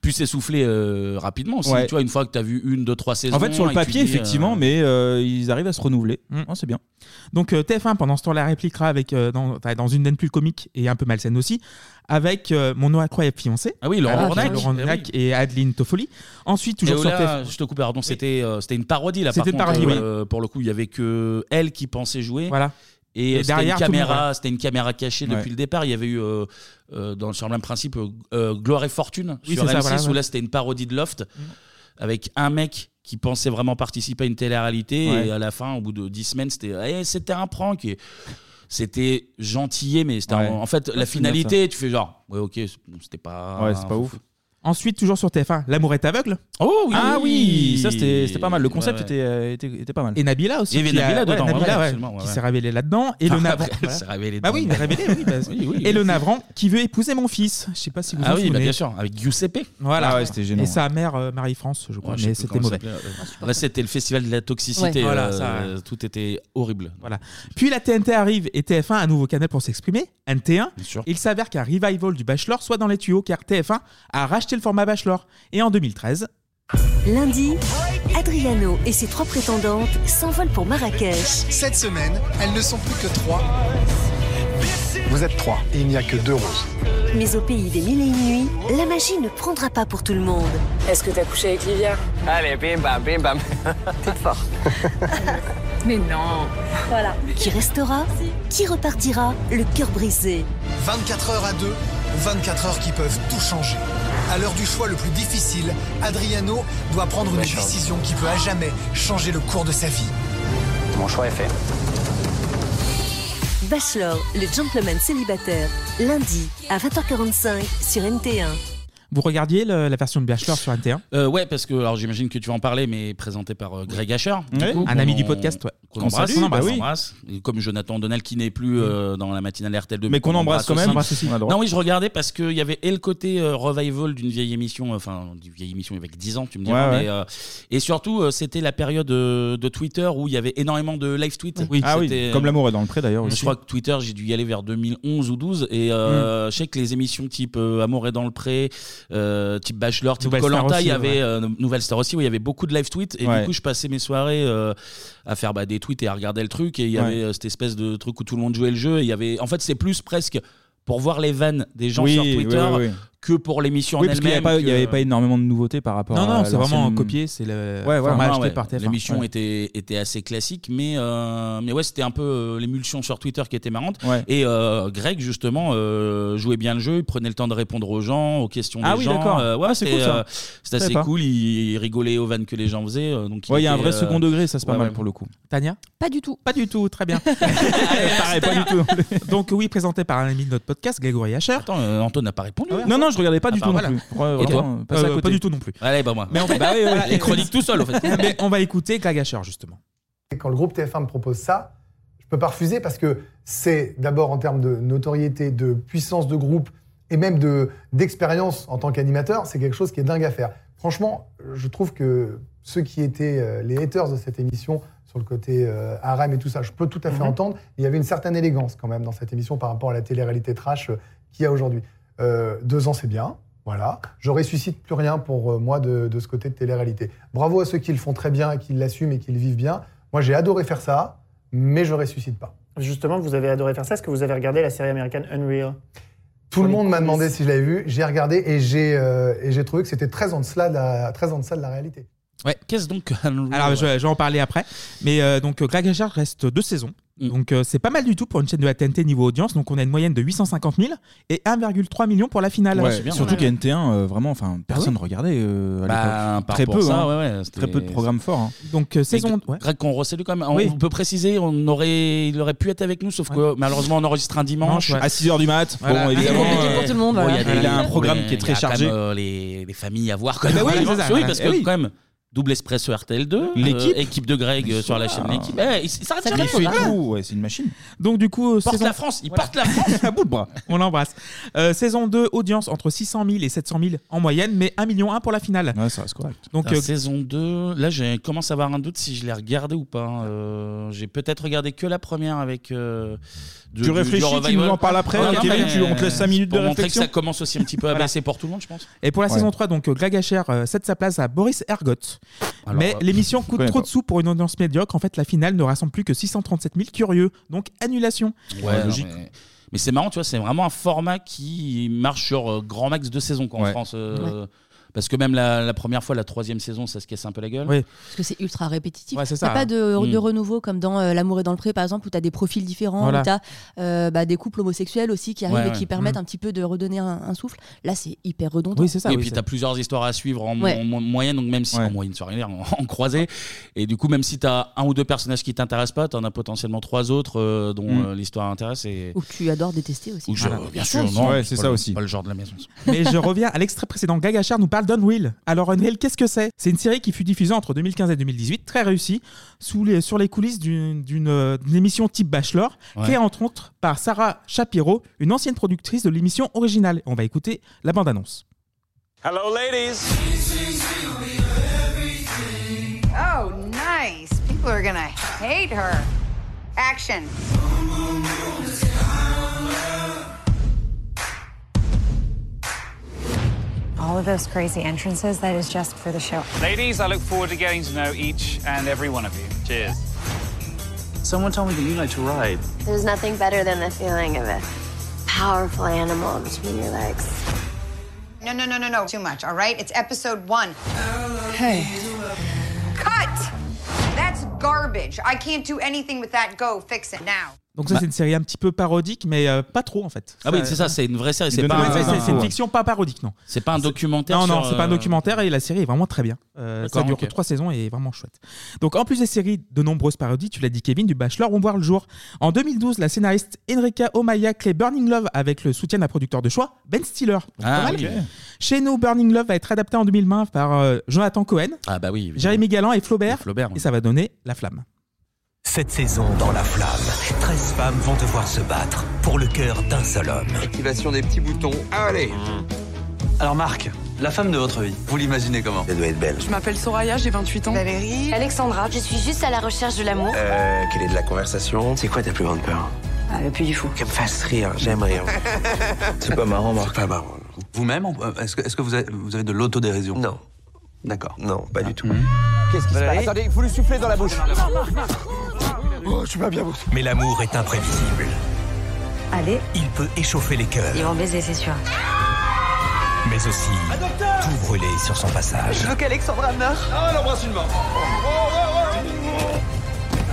[SPEAKER 3] pu s'essouffler euh, rapidement. Si,
[SPEAKER 11] Ouais.
[SPEAKER 3] Tu vois, une fois que tu as vu une, deux, trois saisons.
[SPEAKER 11] En fait, sur
[SPEAKER 3] et
[SPEAKER 11] le
[SPEAKER 3] tu
[SPEAKER 11] papier,
[SPEAKER 3] dis, euh,
[SPEAKER 11] effectivement, mais euh, ils arrivent à se renouveler.
[SPEAKER 3] Mm.
[SPEAKER 11] Non, c'est bien.
[SPEAKER 10] Oh, Donc euh, TF1 pendant ce temps-là répliquera avec euh, dans, enfin, dans une veine plus comique et un peu malsaine aussi avec euh, mon incroyable fiancé.
[SPEAKER 3] Ah oui, Laurent
[SPEAKER 10] avec
[SPEAKER 3] Ornac.
[SPEAKER 10] Laurent
[SPEAKER 3] Eh
[SPEAKER 10] Ornac et Adeline Toffoli. Ensuite toujours
[SPEAKER 3] Et
[SPEAKER 10] sur
[SPEAKER 3] Ola,
[SPEAKER 10] TF1.
[SPEAKER 3] je te coupe, pardon, c'était euh, c'était une parodie là.
[SPEAKER 10] C'était une
[SPEAKER 3] par contre,
[SPEAKER 10] parodie,
[SPEAKER 3] euh, Pour le coup, il y avait que elle qui pensait jouer.
[SPEAKER 10] Voilà.
[SPEAKER 3] Et,
[SPEAKER 10] Et
[SPEAKER 3] euh, c'était une
[SPEAKER 10] derrière, tout le monde,
[SPEAKER 3] caméra,
[SPEAKER 10] voilà.
[SPEAKER 3] c'était une caméra cachée
[SPEAKER 10] Ouais.
[SPEAKER 3] depuis le départ. Il y avait eu euh, euh, dans sur le même principe euh, euh, Gloire et Fortune
[SPEAKER 10] Oui,
[SPEAKER 3] sur
[SPEAKER 10] c'est ça,
[SPEAKER 3] M6
[SPEAKER 10] voilà,
[SPEAKER 3] où
[SPEAKER 10] ouais. Mm.
[SPEAKER 3] là c'était une parodie de Loft avec un mec qui pensait vraiment participer à une télé-réalité
[SPEAKER 11] Ouais.
[SPEAKER 3] et à la fin, au bout de 10 semaines, c'était Eh, c'était un prank. Et c'était gentillé, mais c'était
[SPEAKER 11] Ouais.
[SPEAKER 3] un- en fait
[SPEAKER 11] Ouais,
[SPEAKER 3] la
[SPEAKER 11] c'est bien
[SPEAKER 3] finalité.
[SPEAKER 11] ça.
[SPEAKER 3] Tu fais genre ouais ok, c'est- c'était pas
[SPEAKER 11] Ouais, c'est pas ouf.
[SPEAKER 10] Ensuite toujours sur TF1 L'amour est aveugle.
[SPEAKER 3] Oh oui.
[SPEAKER 10] Ah oui
[SPEAKER 11] ça c'était c'était pas mal. Le concept
[SPEAKER 10] Ouais, ouais.
[SPEAKER 11] était, euh, était, était pas mal.
[SPEAKER 10] Et Nabila aussi.
[SPEAKER 11] Il y avait
[SPEAKER 10] qui a-
[SPEAKER 11] Nabila
[SPEAKER 10] ouais,
[SPEAKER 11] dedans,
[SPEAKER 10] Nabila,
[SPEAKER 11] ouais,
[SPEAKER 10] ouais,
[SPEAKER 11] absolument, ouais,
[SPEAKER 10] qui
[SPEAKER 11] ouais.
[SPEAKER 10] s'est révélée là-dedans. Et le
[SPEAKER 11] Ah,
[SPEAKER 10] navrant.
[SPEAKER 11] elle
[SPEAKER 10] voilà.
[SPEAKER 11] s'est révélée
[SPEAKER 10] Bah
[SPEAKER 11] dedans.
[SPEAKER 10] oui, révélée, oui. bah, Et le navrant qui veut épouser mon fils. Je sais pas si vous
[SPEAKER 3] Ah
[SPEAKER 10] en
[SPEAKER 3] oui, bah,
[SPEAKER 10] souvenez.
[SPEAKER 3] bien sûr, avec Giuseppe.
[SPEAKER 10] Voilà.
[SPEAKER 3] Ah ouais, c'était gênant,
[SPEAKER 10] Et
[SPEAKER 3] ouais.
[SPEAKER 10] sa mère, euh, Marie-France, je crois.
[SPEAKER 3] Ouais, je sais
[SPEAKER 10] mais
[SPEAKER 3] plus
[SPEAKER 10] c'était
[SPEAKER 3] comment ça
[SPEAKER 10] mauvais.
[SPEAKER 3] s'appelait, euh, Là, c'était le festival de la toxicité.
[SPEAKER 10] Ouais. Voilà,
[SPEAKER 3] euh,
[SPEAKER 10] ça,
[SPEAKER 3] euh, Tout était horrible.
[SPEAKER 10] Voilà. Puis la TNT arrive et TF1 un nouveau canal pour s'exprimer, NT1.
[SPEAKER 3] sûr.
[SPEAKER 10] Il s'avère qu'un revival du Bachelor soit dans les tuyaux car TF1 a racheté le format Bachelor. Et en 2013.
[SPEAKER 1] Lundi, Adriano et ses trois prétendantes s'envolent pour Marrakech.
[SPEAKER 6] Cette semaine, elles ne sont plus que trois. Vous êtes trois et il n'y a que deux roses.
[SPEAKER 1] Mais au pays des mille et une nuits, la magie ne prendra pas pour tout le monde. Est-ce que t'as couché avec Livia
[SPEAKER 5] Allez, bim bam, bim bam. T'es fort.
[SPEAKER 1] Mais non Voilà. Qui restera Qui repartira Le cœur brisé.
[SPEAKER 6] 24 heures à deux, 24 heures qui peuvent tout changer. À l'heure du choix le plus difficile, Adriano doit prendre une décision qui peut à jamais changer le cours de sa vie.
[SPEAKER 5] Mon choix est fait.
[SPEAKER 1] Bachelor, le gentleman célibataire. Lundi, à 20h45 sur NT1.
[SPEAKER 10] Vous regardiez le- la version de Bachelor sur NT1
[SPEAKER 3] Euh, ouais, parce que alors j'imagine que tu vas en parler, mais présenté par euh, Greg Asher, du
[SPEAKER 10] Ouais.
[SPEAKER 3] coup,
[SPEAKER 10] Un
[SPEAKER 3] qu'on-
[SPEAKER 10] ami du podcast, ouais.
[SPEAKER 3] qu'on
[SPEAKER 10] Qu'on
[SPEAKER 3] embrasse,
[SPEAKER 10] salue,
[SPEAKER 3] qu'on
[SPEAKER 10] bah oui.
[SPEAKER 3] embrasse. Et comme Jonathan Donald qui n'est plus euh, dans la matinale RTL 2,
[SPEAKER 11] Mm. Mais qu'on embrasse quand même. Embrasse aussi. On a le droit.
[SPEAKER 3] Non, oui, je regardais parce qu'il y avait et le côté euh, revival d'une vieille émission, euh, enfin d'une vieille émission avec 10 ans, tu me diras,
[SPEAKER 11] Ouais,
[SPEAKER 3] mais,
[SPEAKER 11] ouais.
[SPEAKER 3] euh, et surtout euh, c'était la période euh, de Twitter où il y avait énormément de live tweets.
[SPEAKER 11] ah
[SPEAKER 3] C'était-
[SPEAKER 11] oui, comme l'amour est dans le pré d'ailleurs.
[SPEAKER 3] je
[SPEAKER 11] aussi.
[SPEAKER 3] crois que Twitter, j'ai dû y aller vers 2011 ou 12. Et
[SPEAKER 11] Hmm.
[SPEAKER 3] euh, je sais que les émissions type euh, Amour est dans le pré, euh, type Bachelor, type
[SPEAKER 11] Nouvelle Star
[SPEAKER 3] Colanta, il y
[SPEAKER 11] aussi,
[SPEAKER 3] avait
[SPEAKER 11] ouais.
[SPEAKER 3] euh, Nouvelle Star aussi, où il y avait beaucoup de live tweets. Et
[SPEAKER 11] Ouais.
[SPEAKER 3] du coup, je passais mes soirées euh, à faire bah, des tweets et à regarder le truc. Et il y
[SPEAKER 11] Ouais.
[SPEAKER 3] avait euh, cette espèce de truc où tout le monde jouait le jeu. Et il y avait... En fait, c'est plus presque pour voir les vannes des gens
[SPEAKER 11] Oui,
[SPEAKER 3] sur Twitter
[SPEAKER 11] oui, oui, oui.
[SPEAKER 3] que pour l'émission
[SPEAKER 11] Oui,
[SPEAKER 3] en
[SPEAKER 11] parce qu'il n'y
[SPEAKER 3] elle-même.
[SPEAKER 11] avait, pas- il y
[SPEAKER 3] que-
[SPEAKER 11] avait pas énormément de nouveautés par rapport
[SPEAKER 10] Non,
[SPEAKER 11] à.
[SPEAKER 10] non, c'est vraiment
[SPEAKER 11] l'ancienne-
[SPEAKER 10] copié, c'est le
[SPEAKER 11] Ouais, voilà.
[SPEAKER 10] format
[SPEAKER 3] Ah
[SPEAKER 10] acheté
[SPEAKER 3] ouais,
[SPEAKER 10] par TF1.
[SPEAKER 3] L'émission
[SPEAKER 10] Ouais.
[SPEAKER 3] était, était assez classique, mais, euh, mais ouais, c'était un peu euh, l'émulsion sur Twitter qui était marrante.
[SPEAKER 11] Ouais.
[SPEAKER 3] Et euh, Greg, justement, euh, jouait bien le jeu, il prenait le temps de répondre aux gens, aux questions
[SPEAKER 11] Ah
[SPEAKER 3] des
[SPEAKER 11] oui,
[SPEAKER 3] gens.
[SPEAKER 11] d'accord.
[SPEAKER 3] Euh, ouais,
[SPEAKER 11] Ah, c'est
[SPEAKER 3] c'était,
[SPEAKER 11] cool, ça.
[SPEAKER 3] euh, c'était
[SPEAKER 11] Je savais
[SPEAKER 3] assez
[SPEAKER 11] pas.
[SPEAKER 3] cool, il, il rigolait aux vannes que les gens faisaient. euh, donc
[SPEAKER 11] Ouais, il y a un
[SPEAKER 3] était,
[SPEAKER 11] vrai
[SPEAKER 3] euh,
[SPEAKER 11] second degré, ça c'est pas
[SPEAKER 3] ouais,
[SPEAKER 11] mal
[SPEAKER 3] ouais.
[SPEAKER 11] pour le coup.
[SPEAKER 10] Tania
[SPEAKER 12] Pas du tout.
[SPEAKER 10] Pas du tout, très bien. Pareil, pas du tout. Donc oui, présenté par un ami de notre podcast, Grégory Hacher.
[SPEAKER 3] Attends, euh, Antoine n'a pas répondu.
[SPEAKER 12] Ah
[SPEAKER 11] Non, non, je regardais pas du tout non plus. Ouais,
[SPEAKER 10] Ah bah Et
[SPEAKER 11] vraiment,
[SPEAKER 10] toi
[SPEAKER 11] passé à
[SPEAKER 10] Euh,
[SPEAKER 11] côté.
[SPEAKER 10] Pas du tout non plus.
[SPEAKER 3] Allez, bah moi.
[SPEAKER 10] Mais on,
[SPEAKER 3] Bah oui, oui, oui. Il chronique tout seul, en fait.
[SPEAKER 10] Mais on va écouter Greg Hacher, justement.
[SPEAKER 6] Et quand le groupe TF1 me propose ça, je peux pas refuser parce que c'est d'abord en termes de notoriété, de puissance de groupe et même de d'expérience en tant qu'animateur, c'est quelque chose qui est dingue à faire. Franchement, je trouve que ceux qui étaient euh, les haters de cette émission sur le côté euh, harem et tout ça, je peux tout à fait entendre. Il y avait une certaine élégance quand même dans cette émission par rapport à la télé-réalité trash euh, qu'il y a aujourd'hui. Euh, deux ans, c'est bien. Voilà. Je ressuscite plus rien pour euh, moi de, de ce côté de télé-réalité. Bravo à ceux qui le font très bien, et qui l'assument et qui le vivent bien. Moi, j'ai adoré faire ça, mais je ressuscite pas.
[SPEAKER 13] Justement, vous avez adoré faire ça. Est-ce que vous avez regardé la série américaine Unreal
[SPEAKER 6] Tout le monde m'a demandé si je l'avais vu. J'ai regardé et j'ai euh, et j'ai trouvé que c'était très en deçà de la très en deçà de la réalité.
[SPEAKER 3] Ouais. Qu'est-ce donc Henry
[SPEAKER 10] Alors, je, je vais en parler après. Mais euh, donc, euh, Greg Richard reste deux saisons.
[SPEAKER 3] Mm.
[SPEAKER 10] Donc, euh, c'est pas mal du tout pour une chaîne de la TNT niveau audience. Donc, on a une moyenne de 850 000 et 1,3 million pour la finale.
[SPEAKER 11] Ouais, surtout qu'à NT1, euh, vraiment, enfin, personne ne
[SPEAKER 10] Ah oui
[SPEAKER 11] regardait. euh, à
[SPEAKER 3] Bah,
[SPEAKER 11] l'époque.
[SPEAKER 3] par
[SPEAKER 11] très
[SPEAKER 3] rapport
[SPEAKER 11] peu,
[SPEAKER 3] à ça,
[SPEAKER 11] hein.
[SPEAKER 3] ouais, ouais, c'était-
[SPEAKER 11] très peu de programmes forts. hein.
[SPEAKER 10] Donc, saison- ouais.
[SPEAKER 3] Greg, qu'on resalue quand même. On,
[SPEAKER 10] Oui.
[SPEAKER 3] on peut préciser, on aurait, il aurait pu être avec nous, sauf que malheureusement, on enregistre un dimanche.
[SPEAKER 11] À 6h du mat. Bon, évidemment. euh,
[SPEAKER 3] Bon,
[SPEAKER 11] bon,
[SPEAKER 3] il y a des-
[SPEAKER 11] il a un
[SPEAKER 3] oui,
[SPEAKER 11] programme qui
[SPEAKER 3] il y
[SPEAKER 11] est
[SPEAKER 3] a
[SPEAKER 11] très
[SPEAKER 3] quand
[SPEAKER 11] chargé.
[SPEAKER 3] même, euh, les, les familles à voir quand
[SPEAKER 11] Ah bah
[SPEAKER 3] même.
[SPEAKER 11] oui,
[SPEAKER 3] Oui,
[SPEAKER 11] c'est ça.
[SPEAKER 3] parce que
[SPEAKER 11] Eh oui.
[SPEAKER 3] quand même, double espresso RTL2,
[SPEAKER 11] L'équipe.
[SPEAKER 3] euh, équipe de Greg euh, sur la chaîne L'équipe. Eh, il- ça
[SPEAKER 11] Il
[SPEAKER 3] retient
[SPEAKER 11] fait
[SPEAKER 3] rien.
[SPEAKER 11] tout, ouais, c'est une machine.
[SPEAKER 10] Donc, du coup, euh,
[SPEAKER 3] Porte
[SPEAKER 10] saison-
[SPEAKER 3] la France, il porte la France.
[SPEAKER 10] à bout de bras. On l'embrasse. Euh, saison 2, audience entre 600 000 et 700 000 en moyenne, mais 1,1 million pour la finale.
[SPEAKER 11] Ouais, ça reste correct.
[SPEAKER 10] Donc,
[SPEAKER 3] Donc
[SPEAKER 10] euh,
[SPEAKER 3] saison 2, là j'ai commence à avoir un doute si je l'ai regardé ou pas. hein. Euh, j'ai peut-être regardé que la première avec. euh, de-
[SPEAKER 11] Tu
[SPEAKER 3] du-
[SPEAKER 11] réfléchis,
[SPEAKER 3] du
[SPEAKER 11] tu
[SPEAKER 3] revival.
[SPEAKER 11] nous en parles après, hein, Kevin, tu- on te laisse cinq
[SPEAKER 3] c'est
[SPEAKER 11] minutes de
[SPEAKER 3] Pour montrer que
[SPEAKER 11] réflexion.
[SPEAKER 3] ça commence aussi un petit peu à
[SPEAKER 11] Voilà.
[SPEAKER 3] baisser pour tout le monde, je pense.
[SPEAKER 10] Et pour la
[SPEAKER 3] Ouais.
[SPEAKER 10] saison 3, donc euh, Greg Asher euh, cède sa place à Boris Ergot.
[SPEAKER 3] Alors,
[SPEAKER 10] Mais
[SPEAKER 3] euh,
[SPEAKER 10] l'émission
[SPEAKER 3] je
[SPEAKER 10] coûte
[SPEAKER 3] connais
[SPEAKER 10] trop
[SPEAKER 3] pas.
[SPEAKER 10] de sous pour une audience médiocre. En fait, la finale ne rassemble plus que 637 000 curieux. Donc annulation.
[SPEAKER 3] Ouais, non, Mais, mais c'est marrant, tu vois, c'est vraiment un format qui marche sur euh, grand max de saisons quoi, en
[SPEAKER 10] Ouais.
[SPEAKER 3] France. euh, Parce que même la, la première fois, la troisième saison, ça se casse un peu la gueule.
[SPEAKER 12] Parce que c'est ultra répétitif.
[SPEAKER 3] Ouais, c'est ça.
[SPEAKER 12] T'as
[SPEAKER 11] hein.
[SPEAKER 12] pas de,
[SPEAKER 3] Mm.
[SPEAKER 12] de renouveau comme dans euh, L'amour et dans le pré, par exemple, où t'as des profils différents,
[SPEAKER 3] Voilà.
[SPEAKER 12] où t'as euh, bah, des couples homosexuels aussi qui arrivent
[SPEAKER 3] Ouais,
[SPEAKER 12] et qui
[SPEAKER 3] ouais.
[SPEAKER 12] permettent
[SPEAKER 3] Mm.
[SPEAKER 12] un petit peu de redonner un, un souffle. Là, c'est hyper redondant.
[SPEAKER 3] Et puis, tu as plusieurs histoires à suivre en,
[SPEAKER 12] Ouais.
[SPEAKER 3] en mo- moyenne, donc même si en moyenne, sur en, en croisée. Et du coup, même si tu as un ou deux personnages qui t'intéressent pas, tu en as potentiellement trois autres euh, dont
[SPEAKER 12] Mm.
[SPEAKER 3] euh, l'histoire intéresse. Et...
[SPEAKER 12] Ou que tu adores détester aussi.
[SPEAKER 3] Ou je-
[SPEAKER 12] Voilà.
[SPEAKER 3] bien sûr, non, pas le- Pas le genre de la maison.
[SPEAKER 10] Mais je reviens à l'extrait précédent. Greg Asher nous parle d'Unreal. Alors Unreal, qu'est-ce que c'est C'est une série qui fut diffusée entre 2015 et 2018, très réussie, sous les, sur les coulisses d'une d'une, euh, d'une émission type Bachelor,
[SPEAKER 11] Ouais.
[SPEAKER 10] créée entre autres par Sarah Shapiro, une ancienne productrice de l'émission originale. On va écouter la bande-annonce.
[SPEAKER 2] Hello, ladies.
[SPEAKER 14] Oh, nice. People are gonna hate her. Action.
[SPEAKER 15] All of those crazy entrances, that is just for the show.
[SPEAKER 2] Ladies, I look forward to getting to know each and every one of you. Cheers. Someone told me that you like to ride.
[SPEAKER 16] There's nothing better than the feeling of a powerful animal between your legs.
[SPEAKER 14] No, no, no, no, no. Too much, all right? It's episode one. Hey. Cut! That's garbage. I can't do anything with that. Go fix it now.
[SPEAKER 10] Donc ça, c'est une série un petit peu parodique, mais euh, pas trop en fait. euh,
[SPEAKER 3] Ah oui, c'est ça, c'est une vraie série. C'est
[SPEAKER 10] Ouais,
[SPEAKER 3] pas, un-
[SPEAKER 10] c'est- c'est- c'est une fiction pas parodique, non.
[SPEAKER 3] C'est pas un documentaire.
[SPEAKER 10] Non,
[SPEAKER 3] sur,
[SPEAKER 10] non, c'est pas un
[SPEAKER 3] euh,
[SPEAKER 10] documentaire et la série est vraiment très bien. Euh, ça
[SPEAKER 3] D'accord,
[SPEAKER 10] dure
[SPEAKER 3] ok.
[SPEAKER 10] que trois saisons et est vraiment chouette. Donc, en plus des séries, de nombreuses parodies, tu l'as dit, Kevin, du Bachelor vont voir le jour. En 2012, la scénariste Enrica Omaya crée Burning Love avec le soutien d'un producteur de choix, Ben Stiller. Donc,
[SPEAKER 3] Ah,
[SPEAKER 10] pas mal.
[SPEAKER 3] oui.
[SPEAKER 10] Chez nous, Burning Love va être adapté en 2020 par euh, Jonathan Cohen,
[SPEAKER 3] Ah bah oui.
[SPEAKER 10] Jérémy Galland et Flaubert. Et, ça va donner La Flamme.
[SPEAKER 17] Cette saison, dans La Flamme, 13 femmes vont devoir se battre pour le cœur d'un seul homme.
[SPEAKER 19] Activation des petits boutons. Allez Alors Marc, la femme de votre vie, vous l'imaginez comment Elle doit être belle.
[SPEAKER 20] Je m'appelle Soraya, j'ai 28 ans. Valérie.
[SPEAKER 16] Alexandra, je suis juste à la recherche de l'amour.
[SPEAKER 17] Euh, quelle est de la conversation C'est quoi ta plus grande peur ah, Le plus du fou. Qu'elle me fasse rire, j'aime rire. C'est pas marrant, Marc. Pas marrant.
[SPEAKER 19] Vous-même, on- euh, est-ce que, est-ce que vous, avez, vous avez de l'autodérision Non. D'accord. Ah. Non, pas du tout. Qu'est-ce qui se passe Attendez, il faut lui souffler dans la bouche.
[SPEAKER 17] Oh, je suis pas bien Mais l'amour est imprévisible.
[SPEAKER 16] Allez,
[SPEAKER 17] Il peut échauffer les cœurs,
[SPEAKER 16] ils vont baiser, c'est sûr.
[SPEAKER 17] mais aussi tout brûler sur son passage.
[SPEAKER 19] veux qu'Alexandra meure. Ah, elle embrasse une mort.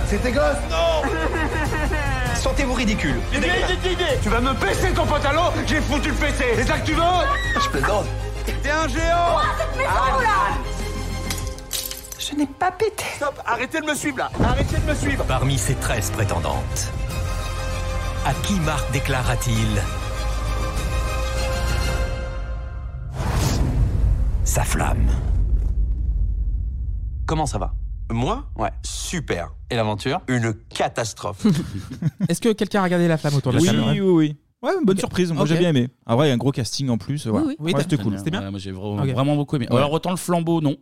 [SPEAKER 19] C'est tes gosses Non Sentez-vous ridicule. Tu vas me baisser ton pantalon, j'ai foutu le PC. C'est ça que tu veux Je plaisante. T'es un géant
[SPEAKER 17] Je n'ai pas pété. Stop, arrêtez de me suivre là. Arrêtez de me suivre. Parmi ces 13 prétendantes, à qui Marc déclara-t-il sa flamme
[SPEAKER 19] Comment ça va Moi Ouais. Super. Et l'aventure Une catastrophe.
[SPEAKER 10] Est-ce que quelqu'un a regardé La Flamme autour de la
[SPEAKER 11] Oui,
[SPEAKER 10] table
[SPEAKER 11] oui, oui. Ouais, bonne surprise. Moi,
[SPEAKER 10] Ok.
[SPEAKER 11] j'ai bien aimé. Ah ouais, il y a un gros casting en plus. voilà.
[SPEAKER 10] Oui, oui.
[SPEAKER 11] Ouais,
[SPEAKER 10] Oui,
[SPEAKER 11] c'était
[SPEAKER 10] t'as-
[SPEAKER 11] cool.
[SPEAKER 10] c'était bien
[SPEAKER 3] Ouais, moi, j'ai vraiment,
[SPEAKER 11] Ok.
[SPEAKER 3] vraiment beaucoup aimé.
[SPEAKER 11] Ouais.
[SPEAKER 3] Alors, autant le flambeau, non.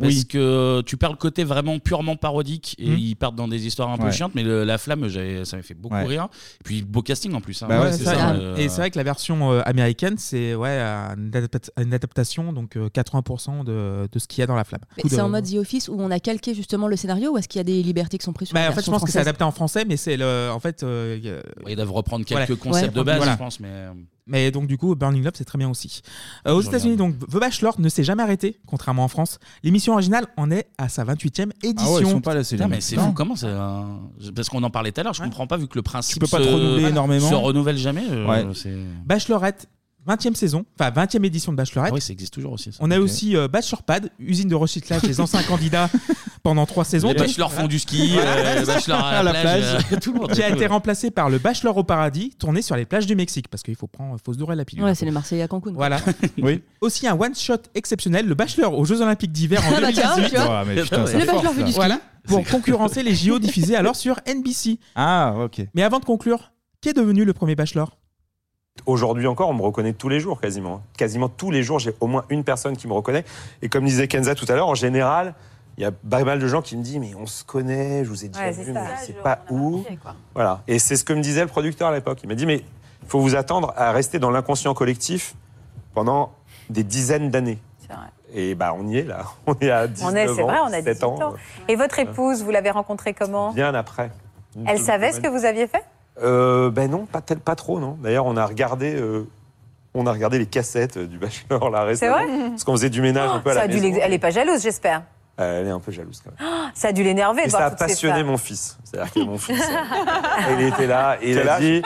[SPEAKER 3] Parce
[SPEAKER 11] Oui.
[SPEAKER 3] que tu perds le côté vraiment purement parodique et
[SPEAKER 11] Mhm.
[SPEAKER 3] ils partent dans des histoires un peu
[SPEAKER 11] Ouais.
[SPEAKER 3] chiantes, mais le- la flamme, j'avais- ça m'a fait beaucoup
[SPEAKER 11] Ouais.
[SPEAKER 3] rire. Et puis, le beau casting en plus. hein.
[SPEAKER 10] Bah ouais, c'est
[SPEAKER 11] Ah,
[SPEAKER 10] ça.
[SPEAKER 3] euh,
[SPEAKER 10] Et c'est vrai que la version euh, américaine, c'est ouais, une, adapta- une adaptation, donc euh, 80% de, de ce qu'il y a dans la flamme.
[SPEAKER 12] Mais
[SPEAKER 10] Coup de-
[SPEAKER 12] C'est en mode The Office où on a calqué justement le scénario ou est-ce qu'il y a des libertés qui sont prises sur
[SPEAKER 10] Bah,
[SPEAKER 12] la
[SPEAKER 10] en fait, je
[SPEAKER 12] version
[SPEAKER 10] pense que c'est
[SPEAKER 12] française
[SPEAKER 10] adapté en français, mais c'est le. En fait, euh, y a-
[SPEAKER 3] Ils doivent reprendre
[SPEAKER 10] Voilà.
[SPEAKER 3] quelques concepts
[SPEAKER 10] Ouais.
[SPEAKER 3] de base,
[SPEAKER 10] Voilà.
[SPEAKER 3] je pense. Mais... euh.
[SPEAKER 10] Mais donc, du coup, Burning Love, c'est très bien aussi. Euh, aux
[SPEAKER 11] Je
[SPEAKER 10] États-Unis, donc, The Bachelor ne s'est jamais arrêté, contrairement en France. L'émission originale en est à sa 28e édition.
[SPEAKER 3] Putain, mais c'est fou, comment ça euh, Parce qu'on en parlait tout à l'heure, je comprends pas, vu que le principe
[SPEAKER 10] peux pas
[SPEAKER 3] se, Ah,
[SPEAKER 10] te renouveler énormément.
[SPEAKER 3] se renouvelle jamais. euh,
[SPEAKER 10] Ouais.
[SPEAKER 3] c'est-
[SPEAKER 10] Bachelorette, 20e saison, enfin 20e édition de Bachelorette.
[SPEAKER 3] Ah Oui, ça existe toujours aussi. ça.
[SPEAKER 10] On a
[SPEAKER 3] Ok.
[SPEAKER 10] aussi euh, Bachelorpad, usine de recyclage des anciens candidats pendant trois saisons.
[SPEAKER 3] Les bachelors font du ski, euh, les bachelors à la plage, euh, tout le monde.
[SPEAKER 10] Qui a
[SPEAKER 3] Tout le
[SPEAKER 10] été
[SPEAKER 3] monde.
[SPEAKER 10] remplacé par le Bachelor au paradis, tourné sur les plages du Mexique, parce qu'il faut prendre, faut se dorer la pilule.
[SPEAKER 12] Ouais, c'est les Marseillais à Cancun.
[SPEAKER 10] Voilà. oui. Aussi un one shot exceptionnel, le Bachelor aux Jeux Olympiques d'hiver en
[SPEAKER 12] Ah bah tiens,
[SPEAKER 10] 2018.
[SPEAKER 12] tu vois. Ouais, mais putain, ça Le Bachelor force, fait du ski.
[SPEAKER 10] Voilà. Pour concurrencer les JO diffusés alors sur NBC. Ah ok. Mais avant de conclure, qu'est devenu le premier Bachelor
[SPEAKER 16] Aujourd'hui encore, on me reconnaît tous les jours quasiment. Quasiment tous les jours, j'ai au moins une personne qui me reconnaît. Et comme disait Kenza tout à l'heure, en général, il y a pas mal de gens qui me disent Mais on se connaît, je vous ai déjà
[SPEAKER 13] Ouais, c'est
[SPEAKER 16] vu,
[SPEAKER 13] ça.
[SPEAKER 16] mais
[SPEAKER 13] Ça,
[SPEAKER 16] je sais pas où. Voilà. Et c'est ce que me disait le producteur à l'époque. Il m'a dit Mais il faut vous attendre à rester dans l'inconscient collectif pendant des dizaines d'années. Et bah, on y est là. On est à 19
[SPEAKER 8] On est, c'est
[SPEAKER 16] ans,
[SPEAKER 8] vrai, on a
[SPEAKER 16] 17
[SPEAKER 8] 18 ans. Et votre épouse, vous l'avez rencontrée comment
[SPEAKER 16] Bien après.
[SPEAKER 8] Elle savait ce que vous aviez fait
[SPEAKER 16] Euh, ben non, pas, tel- pas trop, non. D'ailleurs, on a regardé. euh, on a regardé les cassettes euh, du Bachelor là
[SPEAKER 8] C'est
[SPEAKER 16] récemment.
[SPEAKER 8] vrai
[SPEAKER 16] Parce qu'on faisait du ménage un peu à
[SPEAKER 8] Ça
[SPEAKER 16] la
[SPEAKER 8] a dû
[SPEAKER 16] maison.
[SPEAKER 8] l'ex- Elle n'est pas jalouse, j'espère.
[SPEAKER 16] Euh, elle est un peu jalouse quand même.
[SPEAKER 8] Ah, Ça a dû l'énerver
[SPEAKER 16] Et
[SPEAKER 8] de
[SPEAKER 16] ça
[SPEAKER 8] voir
[SPEAKER 16] a
[SPEAKER 8] toutes ces
[SPEAKER 16] passionné
[SPEAKER 8] femmes.
[SPEAKER 16] mon fils. C'est-à-dire que mon fils, il était là et il
[SPEAKER 13] Quel
[SPEAKER 16] a
[SPEAKER 13] âge
[SPEAKER 16] dit.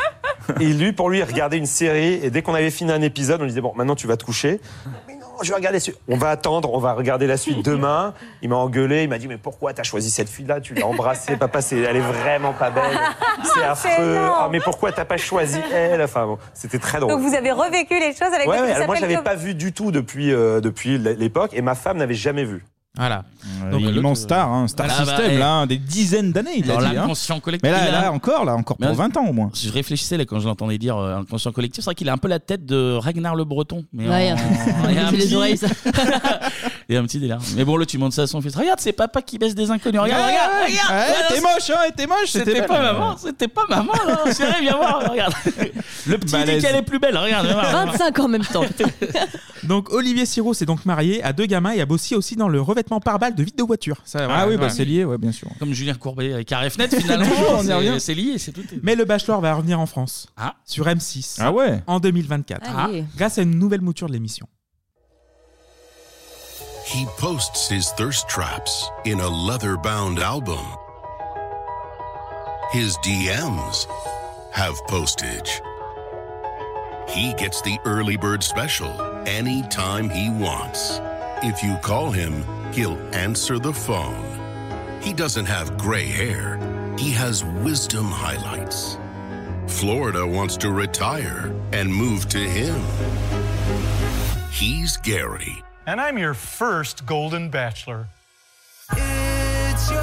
[SPEAKER 16] Et lui, pour lui, il regardait une série et dès qu'on avait fini un épisode, on lui disait Bon, maintenant tu vas te coucher. Mais non, je vais regarder. ce- On va attendre, on va regarder la suite demain. Il m'a engueulé, il m'a dit Mais pourquoi t'as choisi cette fille-là Tu l'as embrassée, papa, c'est- elle est vraiment pas belle. C'est
[SPEAKER 8] C'est
[SPEAKER 16] affreux.
[SPEAKER 8] énorme.
[SPEAKER 16] Ah, mais pourquoi t'as pas choisi elle Enfin bon, c'était très drôle.
[SPEAKER 8] Donc vous avez revécu les choses avec
[SPEAKER 16] Ah, Ouais,
[SPEAKER 8] votre
[SPEAKER 16] ouais,
[SPEAKER 8] fils,
[SPEAKER 16] alors moi,
[SPEAKER 8] s'appelle
[SPEAKER 16] j'avais pas
[SPEAKER 8] comment
[SPEAKER 16] vu du tout depuis, euh, depuis l'époque et ma femme n'avait jamais vu.
[SPEAKER 10] Voilà.
[SPEAKER 11] Donc, immense star, hein, star
[SPEAKER 16] Ah bah,
[SPEAKER 11] system,
[SPEAKER 16] eh.
[SPEAKER 11] là, hein, des dizaines d'années, il
[SPEAKER 3] Dans
[SPEAKER 11] a dit. hein.
[SPEAKER 3] l'inconscient collectif,
[SPEAKER 11] Mais là,
[SPEAKER 3] il a-
[SPEAKER 11] là, encore, là, encore
[SPEAKER 3] Mais
[SPEAKER 11] pour
[SPEAKER 3] là,
[SPEAKER 11] 20 ans au moins.
[SPEAKER 3] Je réfléchissais là, quand je l'entendais dire euh, inconscient collectif. C'est vrai qu'il a un peu la tête de Ragnar le Breton. Mais
[SPEAKER 12] Ouais.
[SPEAKER 3] en- il y a un
[SPEAKER 12] C'est les
[SPEAKER 3] petit-
[SPEAKER 12] oreilles, ça.
[SPEAKER 3] il y a un petit délire. Mais bon, là, tu montes ça à son fils. Regarde, c'est papa qui baisse des inconnus. Regarde,
[SPEAKER 11] Ouais,
[SPEAKER 3] regarde,
[SPEAKER 11] ouais,
[SPEAKER 3] regarde.
[SPEAKER 11] ouais,
[SPEAKER 3] Voilà,
[SPEAKER 11] t'es
[SPEAKER 3] c'est-
[SPEAKER 11] moche, hein, t'es moche.
[SPEAKER 3] C'était pas maman, c'était pas maman. là. C'est vrai, viens voir. Regarde. Le petit dit
[SPEAKER 10] Malaise.
[SPEAKER 3] qu'elle est plus belle. Regarde, viens voir.
[SPEAKER 12] 25 en même temps.
[SPEAKER 10] Donc Olivier Sirot s'est donc marié à deux gamins et a bossé aussi dans le revêtement par balles de vide de voiture. Ça, voilà,
[SPEAKER 11] Ah oui, bah,
[SPEAKER 10] voilà.
[SPEAKER 11] c'est lié, ouais, bien sûr.
[SPEAKER 3] Comme Julien Courbet avec Carré Fenêtre, finalement.
[SPEAKER 10] Toujours, on y
[SPEAKER 3] c'est-
[SPEAKER 10] revient.
[SPEAKER 3] C'est lié, c'est tout.
[SPEAKER 10] Mais le Bachelor va revenir en France. Sur M6. Ah ouais En 2024.
[SPEAKER 12] Ah
[SPEAKER 3] Allez.
[SPEAKER 10] Ah. Grâce à une nouvelle mouture de l'émission.
[SPEAKER 18] He posts his thirst traps in a leather bound album. His DMs have postage. He gets the early bird special anytime he wants. If you call him, he'll answer the phone. He doesn't have gray hair, he has wisdom highlights. Florida wants to retire and move to him. He's Gary.
[SPEAKER 23] And I'm your first Golden Bachelor.
[SPEAKER 29] It's your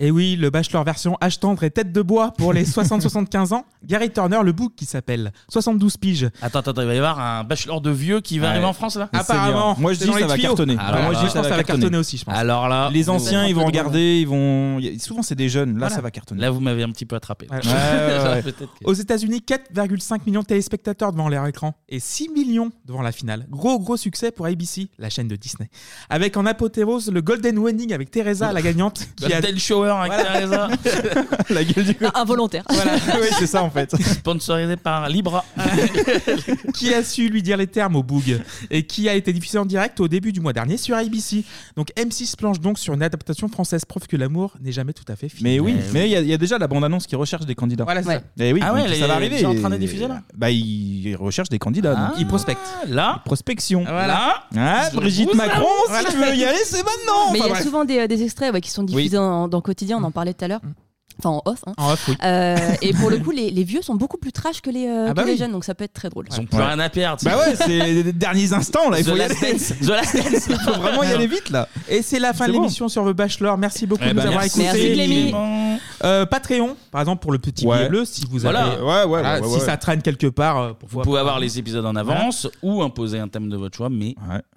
[SPEAKER 10] Et oui, le Bachelor version âge tendre et tête de bois pour les 60-75 ans. Gary Turner, le bouc qui s'appelle. 72 piges.
[SPEAKER 3] Attends, attends, il va y avoir un bachelor de vieux qui va
[SPEAKER 10] Ouais.
[SPEAKER 3] arriver en France là Ah,
[SPEAKER 10] Ah, Apparemment.
[SPEAKER 11] Moi je
[SPEAKER 10] C'est
[SPEAKER 11] dis
[SPEAKER 10] dans
[SPEAKER 11] ça
[SPEAKER 10] les
[SPEAKER 11] va
[SPEAKER 10] tuyaux.
[SPEAKER 11] cartonner.
[SPEAKER 10] Alors
[SPEAKER 11] Alors, moi je
[SPEAKER 10] là,
[SPEAKER 11] dis
[SPEAKER 10] ça va cartonner aussi, je pense.
[SPEAKER 3] Alors là,
[SPEAKER 11] les anciens ils vont
[SPEAKER 3] Peut-être
[SPEAKER 11] regarder, ils vont. il y a- Souvent c'est des jeunes. Là
[SPEAKER 10] Voilà.
[SPEAKER 11] ça va cartonner.
[SPEAKER 3] Là vous m'avez un petit peu attrapé. Peut-être que-
[SPEAKER 11] Oh,
[SPEAKER 10] Aux États-Unis, 4,5 millions de téléspectateurs devant leur écran et 6 millions devant la finale. Gros, gros succès pour ABC, la chaîne de Disney. Avec en apothéose le Golden Winning avec Teresa, la gagnante.
[SPEAKER 11] Bah,
[SPEAKER 3] Golden Shower avec Teresa.
[SPEAKER 10] la gueule du
[SPEAKER 12] Involontaire.
[SPEAKER 10] oui, c'est ça en fait.
[SPEAKER 3] Sponsorisé par Libra.
[SPEAKER 10] qui a su lui dire les termes au boug et qui a été diffusé en direct au début du mois dernier sur ABC. Donc M6 planche donc sur une adaptation française, preuve que l'amour n'est jamais tout à fait fini. Eh
[SPEAKER 11] Mais oui, mais il y a- il y, a déjà la bande-annonce qui recherche des candidats.
[SPEAKER 10] Voilà, c'est Ouais. ça.
[SPEAKER 11] Et oui,
[SPEAKER 10] Ah ouais,
[SPEAKER 11] donc
[SPEAKER 10] elle
[SPEAKER 11] ça va
[SPEAKER 10] est
[SPEAKER 11] arriver.
[SPEAKER 10] déjà en train de diffuser, là
[SPEAKER 11] Bah, ils recherchent des candidats.
[SPEAKER 10] Ah,
[SPEAKER 11] donc
[SPEAKER 10] ils prospectent.
[SPEAKER 3] Là.
[SPEAKER 11] Prospection.
[SPEAKER 10] Voilà.
[SPEAKER 11] Ah,
[SPEAKER 10] Je
[SPEAKER 11] Brigitte
[SPEAKER 10] vous
[SPEAKER 11] Macron,
[SPEAKER 10] annonce.
[SPEAKER 11] si tu veux y aller, c'est maintenant.
[SPEAKER 12] Mais il
[SPEAKER 11] Enfin,
[SPEAKER 12] y a
[SPEAKER 11] bref.
[SPEAKER 12] souvent des, euh, des extraits ouais, qui sont diffusés en- dans Quotidien, on en parlait tout à l'heure. Enfin, en off. hein.
[SPEAKER 11] En off, oui.
[SPEAKER 12] Euh, et pour le coup, les, les vieux sont beaucoup plus trash que les, euh,
[SPEAKER 11] Ah bah
[SPEAKER 12] que les
[SPEAKER 11] oui.
[SPEAKER 12] jeunes, donc ça peut être très drôle.
[SPEAKER 3] Ils ont plus rien à perdre.
[SPEAKER 11] Bah ouais, c'est les derniers instants là. Il
[SPEAKER 3] The
[SPEAKER 11] faut y
[SPEAKER 3] Last
[SPEAKER 11] aller.
[SPEAKER 3] Dance. The Last Dance.
[SPEAKER 11] Il faut vraiment y aller vite là.
[SPEAKER 10] Et c'est la fin
[SPEAKER 11] C'est
[SPEAKER 10] de
[SPEAKER 11] bon.
[SPEAKER 10] l'émission sur The Bachelor. Merci beaucoup
[SPEAKER 11] Eh
[SPEAKER 10] de
[SPEAKER 11] ben,
[SPEAKER 10] nous avoir
[SPEAKER 11] merci.
[SPEAKER 10] écoutés.
[SPEAKER 11] Merci, Clémy.
[SPEAKER 10] Euh, Patreon, par exemple, pour le petit
[SPEAKER 11] Ouais.
[SPEAKER 10] billet bleu, si vous
[SPEAKER 3] Voilà.
[SPEAKER 10] avez.
[SPEAKER 3] Ouais, ouais, ouais,
[SPEAKER 10] Voilà,
[SPEAKER 3] ouais,
[SPEAKER 10] si
[SPEAKER 3] ouais.
[SPEAKER 10] ça traîne quelque part. euh, pour
[SPEAKER 3] Vous
[SPEAKER 10] voir-
[SPEAKER 3] pouvez avoir les épisodes en avance ou imposer un thème de votre choix, mais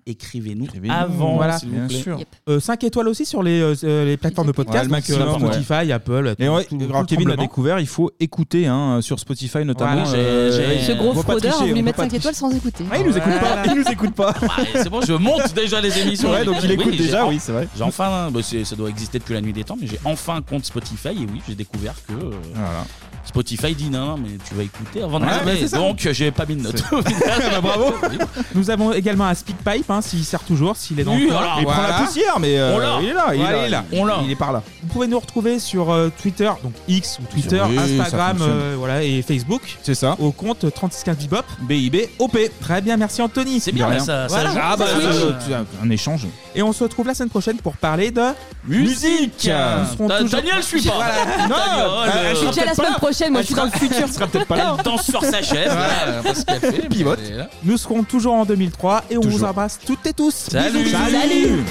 [SPEAKER 3] Écrivez-nous
[SPEAKER 11] Écrivez-nous,
[SPEAKER 3] avant,
[SPEAKER 10] voilà.
[SPEAKER 3] s'il vous plaît.
[SPEAKER 10] 5 Euh, étoiles aussi sur les, euh, euh, les plateformes de podcast,
[SPEAKER 11] Ouais, le
[SPEAKER 10] donc,
[SPEAKER 11] maximum,
[SPEAKER 10] sur
[SPEAKER 11] ouais.
[SPEAKER 10] Spotify, Apple.
[SPEAKER 11] Et ouais,
[SPEAKER 10] tout- tout
[SPEAKER 11] alors
[SPEAKER 10] le
[SPEAKER 11] Kevin l'a
[SPEAKER 10] tremblement.
[SPEAKER 11] découvert, il faut écouter hein, sur Spotify notamment.
[SPEAKER 10] Voilà, j'ai- j'ai-
[SPEAKER 12] Ce gros
[SPEAKER 11] on peut pas
[SPEAKER 12] fraudeur,
[SPEAKER 11] tricher,
[SPEAKER 12] on
[SPEAKER 11] on
[SPEAKER 12] lui
[SPEAKER 11] peut
[SPEAKER 12] met
[SPEAKER 11] pas
[SPEAKER 12] 5
[SPEAKER 11] tricher.
[SPEAKER 12] étoiles sans écouter.
[SPEAKER 11] Ouais, il Ah, nous écoute pas. Il nous écoute pas.
[SPEAKER 3] Ouais, c'est bon, je monte déjà les émissions.
[SPEAKER 11] Ouais, donc il écoute déjà, oui, c'est vrai.
[SPEAKER 3] J'ai enfin, bah, c'est- ça doit exister depuis la nuit des temps, mais j'ai enfin un compte Spotify et oui, j'ai découvert que euh, Spotify dit non, non, mais tu vas écouter avant de
[SPEAKER 10] Ouais,
[SPEAKER 3] l'enlever.
[SPEAKER 10] bah, c'est ça.
[SPEAKER 3] Donc euh, j'ai pas mis de note.
[SPEAKER 11] bravo.
[SPEAKER 10] Ah, bah, Nous avons également un speakpipe, hein, s'il sert toujours, s'il est dans
[SPEAKER 11] Oui,
[SPEAKER 10] le coin.
[SPEAKER 11] alors, Il prend la voilà. poussière, mais, euh,
[SPEAKER 10] On l'a.
[SPEAKER 11] il est là, il est
[SPEAKER 10] Voilà,
[SPEAKER 11] là, il-
[SPEAKER 10] on l'a.
[SPEAKER 11] il est par là.
[SPEAKER 10] Vous pouvez nous retrouver sur euh, Twitter, donc X ou Twitter,
[SPEAKER 11] Oui, ça
[SPEAKER 10] Instagram,
[SPEAKER 11] fonctionne.
[SPEAKER 10] euh, voilà, et Facebook.
[SPEAKER 11] C'est ça.
[SPEAKER 10] Au compte 3615 Bibop.
[SPEAKER 11] BIB OP.
[SPEAKER 10] Très bien, merci Anthony. C'est
[SPEAKER 11] bien, mais ça- ça joue. Ah, bah, euh, tu as un échange.
[SPEAKER 10] Et on se retrouve la semaine prochaine pour parler de
[SPEAKER 11] Musique.
[SPEAKER 10] Nous serons
[SPEAKER 11] Da-
[SPEAKER 10] toujours-
[SPEAKER 11] Daniel, je suis pas.
[SPEAKER 10] Voilà. Non, bah,
[SPEAKER 11] Daniel,
[SPEAKER 10] elle- elle
[SPEAKER 11] euh,
[SPEAKER 10] sera
[SPEAKER 11] Je suis à la semaine
[SPEAKER 10] peut-être pas là.
[SPEAKER 11] prochaine, moi,
[SPEAKER 10] Elle
[SPEAKER 11] je suis dans le
[SPEAKER 10] sera-
[SPEAKER 11] futur.
[SPEAKER 10] elle sera peut-être pas là.
[SPEAKER 3] Elle danse sur sa chaise, là, elle a pas ce qu'elle fait, mais
[SPEAKER 10] Pivote.
[SPEAKER 3] elle est là.
[SPEAKER 10] Nous serons toujours en 2003 et on vous
[SPEAKER 3] Toujours.
[SPEAKER 10] embrasse toutes et tous.
[SPEAKER 3] Salut.
[SPEAKER 10] Bisous.
[SPEAKER 3] Salut.